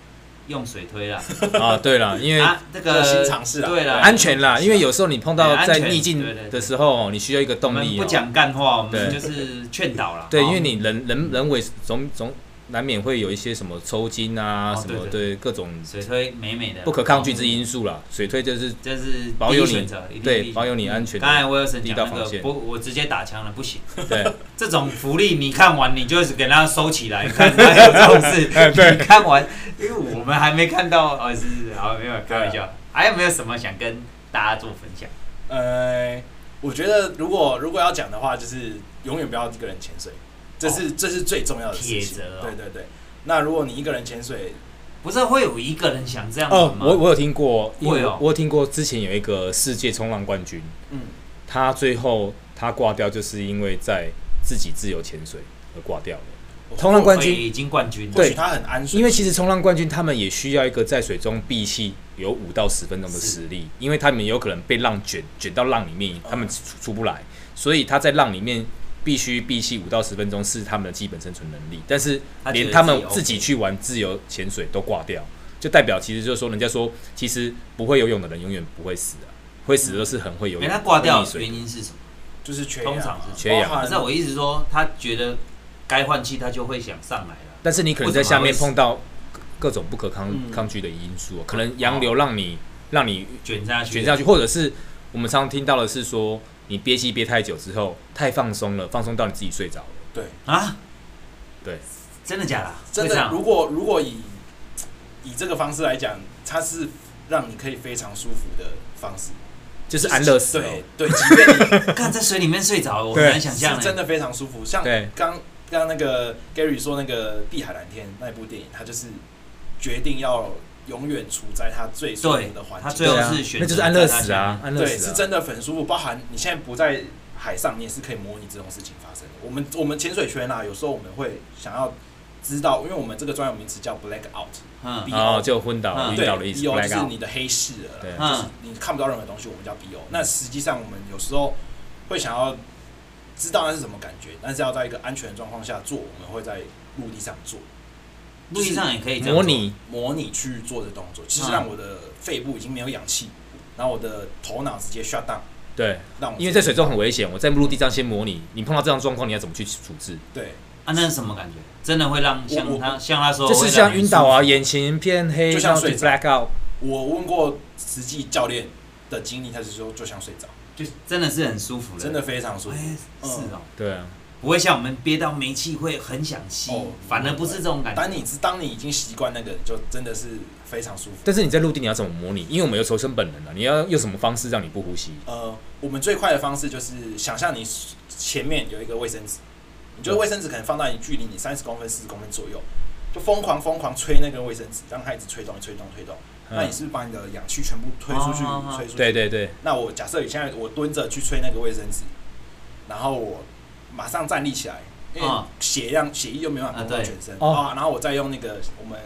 S1: 用水推啦，
S2: 啊，对了，因为
S1: 啊，这个
S3: 这个新尝试啦
S1: 对啦，
S2: 啊安全啦，因为有时候你碰
S1: 对
S2: 到
S1: 安
S2: 在
S1: 全
S2: 逆境
S1: 对对对
S2: 的时候，你需要一个
S1: 我
S2: 动
S1: 们
S2: 力哦。
S1: 不讲干话，我们就
S2: 对
S1: 是劝导啦。
S2: 对，
S1: 哦
S2: 因为你人人人为总总难免会有一些什么抽筋啊，
S1: 哦
S2: 什么
S1: 对
S2: 对各种
S1: 水推美美的
S2: 不可抗拒之
S1: 一，
S2: 因素啦。水推就是
S1: 这是
S2: 保
S1: 第一
S2: 有
S1: 选
S2: 你
S1: 择，一定
S2: 对
S1: 第一
S2: 保有你安全的
S1: 刚才我有神
S2: 第一
S1: 讲
S2: 道
S1: 那
S2: 防
S1: 个
S2: 线
S1: 不，我直接打枪了，不行。
S2: 对，
S1: 这种福利你看完你就是给他收起 来，看哪有这种事？
S2: 哎对
S1: 你看完，因为我们还没看到，哦，是是，是好，没有开玩
S2: 啊
S1: 笑。还有没有什么想跟大家做分享？
S3: 呃，我觉得如果如果要讲的话，就是永远不要一个人潜水，这是、这是最重要的事
S1: 哦铁
S3: 情。
S1: 则哦
S3: 对对对。那如果你一个人潜水，
S1: 不是会有一个人想这样玩
S2: 哦，
S1: 吗？
S2: 我我有听过，因
S1: 会
S2: 为
S1: 哦
S2: 我有听过之前有一个世界冲浪冠军，
S3: 嗯，
S2: 他最后他挂掉，就是因为在自己自由潜水而挂掉了。冲浪冠军
S1: 已经冠军了，
S3: 或
S2: 对
S3: 许他很安全，
S2: 因为其实冲浪冠军他们也需要一个在水中闭气有五到十分钟的实力，
S1: 嗯
S2: 因为他们有可能被浪卷卷到浪里面，他们出出不来，所以他在浪里面必须闭气五到十分钟是他们的基本生存能力，但是
S1: 他觉得
S2: 连他们
S1: 自己 OK
S2: 自己去玩自由潜水都挂掉，就代表其实就是说，人家说其实不会游泳的人永远不会死啊，会死的都是很会游
S1: 没
S2: 泳。
S1: 他嗯哎挂掉
S2: 会溺水
S1: 原因是什么？
S3: 就是缺
S1: 通
S3: 氧
S1: 常
S3: 啊
S1: 是
S2: 缺氧
S3: 包含
S1: 不是啊我一直说，他觉得该换气，他就会想上来了。
S2: 但是你可能在下
S1: 为
S2: 面
S1: 什么会死
S2: 碰到各各种不可抗
S3: 嗯
S2: 抗拒的因素啊，可
S1: 哦
S2: 能洋流让你让你
S1: 卷下去，
S2: 卷下去，或者是我们常常听到的是说，你憋气憋太久之后太放松了，放松到你自己睡着了。
S1: 啊！
S2: 对，
S1: 真的假的啊？
S3: 真
S1: 会这
S3: 的，
S1: 样
S3: 如果如果以以这个方式来讲，它是让你可以非常舒服的方式，
S2: 就是安乐死、哦。
S3: 对对，即便你
S1: 看在水里面睡着，我很
S2: 对
S1: 难想象
S3: 是
S1: 欸。
S3: 真的非常舒服。像
S2: 对
S3: 刚刚那个 Gary 说那个《碧海蓝天》那部电影，他就是决定要永远处在他最舒
S1: 对
S3: 服的环，
S1: 他
S3: 境
S1: 最
S2: 对
S1: 后
S2: 啊
S1: 是选择
S2: 那就是安乐死啊，安乐
S3: 对，
S2: 死、
S3: 是
S2: 啊。
S3: 真的很舒服。包含你现在不在海上，你也是可以模拟这种事情发生的。我们我们潜水圈啊，有时候我们会想要知道，因为我们这个专有名词叫 black out，
S1: 嗯，
S2: 哦，就昏倒、
S1: 嗯
S2: 晕
S3: 啊对
S2: 倒的意思
S3: b o 就
S2: black
S3: 是
S2: out
S3: 你的黑视了啦，
S2: 对
S3: 就是你看不到任何东西，我们叫 BO。那实际上我们有时候会想要知道那是什么感觉，但是要在一个安全的状况下做，我们会在陆地上做
S1: 陆地上也可以这样
S2: 模拟
S3: 模拟去做的动作，其实让我的肺部已经没有氧气，然后我的头脑直接 shut down，
S2: 对，
S3: 让我
S2: 因为在水中很危险，我在陆地上先模拟，你碰到这样状况，你要怎么去处置？
S3: 对
S1: 做啊，那是什么感觉？真的会让像
S3: 我
S1: 他像他
S3: 哦
S1: 说，
S2: 就是
S1: 会让
S2: 像
S1: 你
S2: 晕倒啊，
S1: 舒服
S2: 眼前变黑，
S3: 就像
S2: 然后
S3: 睡着
S2: black out，
S3: 我问过实际教练的经历，他是说就像睡着，
S1: 就真的是很舒服了，
S3: 真的非常舒服。
S1: 哎，
S3: 嗯
S1: 是哦，
S2: 对啊，
S1: 不会像我们憋到没气会很想吸
S3: 哦，
S1: 反而不是这种感
S3: 当
S1: 觉。
S3: 你当你已经习惯那个，就真的是非常舒服。
S2: 但是你在陆地你要怎么模拟？因为我们有求生本能啊，你要用什么方式让你不呼吸？
S3: 呃，我们最快的方式就是想象你前面有一个卫生纸，你觉得卫生纸可能放到你距离你三十公分、四十公分左右，就疯狂疯狂吹那个卫生纸，让它一直吹动、吹动、吹动。那你
S2: 嗯，
S3: 是不是把你的氧气全部推出去
S1: 哦哦哦？
S3: 吹出去？
S2: 对。对对，
S3: 那我假设你现在我蹲着去吹那个卫生纸，然后我马上站立起来，因为
S1: 嗯
S3: 血量血液又没办法
S1: 啊
S3: 通到
S1: 对
S3: 全身
S2: 哦
S3: 啊，然后我再用那个我们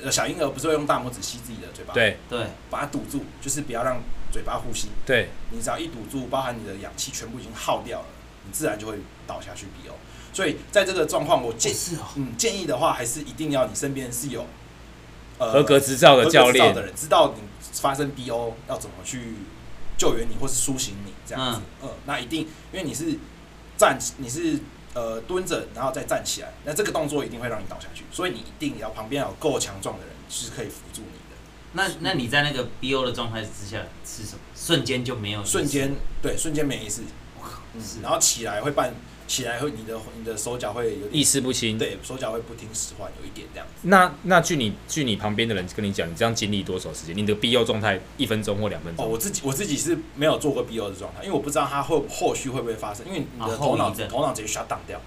S3: 呃小婴儿不是会用大拇指吸自己的嘴巴，，
S2: 对
S1: 对，
S3: 把它堵住，就是不要让嘴巴呼吸。
S2: 对，
S3: 你只要一堵住，包含你的氧气全部已经耗掉了，你自然就会倒下去 BO。所以在这个状况，我建
S1: 哦是哦，
S3: 嗯建议的话，还是一定要你身边是有呃
S2: 合格执照
S3: 合格
S2: 的
S3: 执
S2: 教
S3: 照
S2: 练
S3: 的，人，知道你发生 BO 要怎么去救援你或是苏醒你这样子。嗯、那一定因为你是站，你是呃蹲着然后再站起来，那这个动作一定会让你倒下去，所以你一定要旁边要有够强壮的人是可以扶住你的。
S1: 那那你在那个 BO 的状态之下是什么？瞬间就没有意识，
S3: 瞬间对，瞬间没意识。
S1: 我靠，
S3: 嗯
S1: 是，
S3: 然后起来会半，起来会你的你的手脚会有点
S2: 意识不清。
S3: 对，手脚会不听使唤，有一点这样子。
S2: 那那据你据你旁边的人跟你讲，你这样经历多少时间？你的必要状态一分钟或两分
S3: 哦，
S2: 钟？
S3: 我自己我自己是没有做过 BO 的状态，因为我不知道它会后续会不会发生，因为你
S1: 啊
S3: 的
S1: 后
S3: 头脑、
S1: 遗症
S3: 头脑直接 shut down 掉，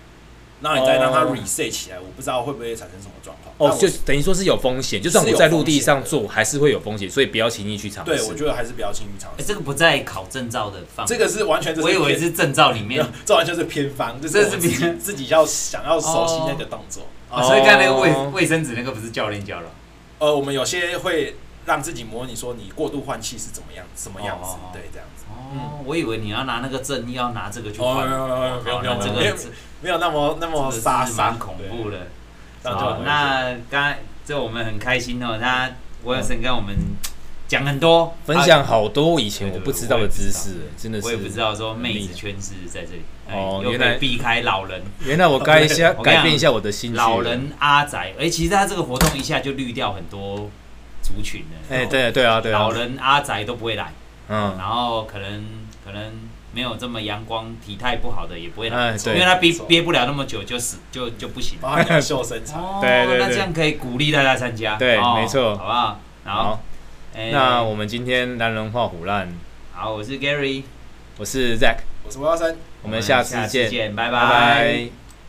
S3: 然后你再让它
S2: 哦
S3: reset 起来，我不知道会不会产生什么状况。
S2: 哦，
S3: 但
S2: 就
S3: 我
S2: 等于说是有风险，就算
S3: 是有
S2: 我在陆地上
S3: 风险
S2: 做，还是会有风险，所以不要轻易去尝试。
S3: 对我觉得还是比较轻于尝
S1: 哎，
S3: 试。
S1: 这个不在考证照的范围，
S3: 这个是完全就是
S1: 我以为
S3: 偏
S1: 是证照里
S3: 没
S1: 面
S3: 有， 这完全是偏方，就是
S1: 这是
S3: 我自己
S1: 偏
S3: 自己要想要熟悉那个动作。
S1: 哦，所以刚才那个卫
S2: 哦
S1: 卫生纸那个不是教练教的，
S3: 呃，我们有些会让自己模拟说你过度换气是怎么样什么样子
S1: 哦哦哦，
S3: 对，这样子。
S1: 哦，我以为你要拿那个证，要拿这个去
S3: 哦，
S1: 换
S3: 没，有没有没有
S1: 好
S3: 没
S1: 那
S3: 有没
S1: 这
S3: 有，
S1: 个
S3: 没有哦没有那么那么
S1: 这个
S3: 杀
S1: 是
S3: 杀
S1: 蛮恐怖的。
S3: 对
S2: 那
S3: 这样
S1: 好
S3: 就，嗯
S1: 那刚才这我们很开心哦，他我有神跟我们讲很多，
S2: 分享好多以前
S1: 对
S2: 我
S1: 对
S2: 不知道的知识
S1: 我也不知，
S2: 真的
S1: 啊，
S2: 是
S1: 我也不知道说妹子圈是在这里，哎
S2: 哦
S1: 又
S2: 原
S1: 可
S2: 来
S1: 以避开老人，
S2: 原来我该一下
S1: 我跟你讲
S2: 改变一下我的心趣。
S1: 老，人阿宅，哎，其实他这个活动一下就滤掉很多族群了，哦
S2: 哎，对对啊，对啊
S1: 老，人阿宅都不会来，
S2: 嗯，
S1: 然后可能可能没有这么阳光、体态不好的也不会来，
S2: 哎，
S1: 因为
S2: 对，哦
S1: 他憋
S3: 没错
S1: 憋不了那么久就死就就不行了。
S3: 包含你要秀身材，
S1: 哦，
S2: 对对对
S1: 那这样可以鼓励大家参加，
S2: 对
S1: 哦
S2: 没错
S1: 好不好？然后
S2: 好，，
S1: 哎
S2: 那我们今天男人画虎烂，
S1: 好，我是 Gary，
S2: 我是 Zack，
S3: 我是郭耀生。
S2: 我们下次
S1: 次
S2: 见，
S1: 见，拜
S2: 拜拜。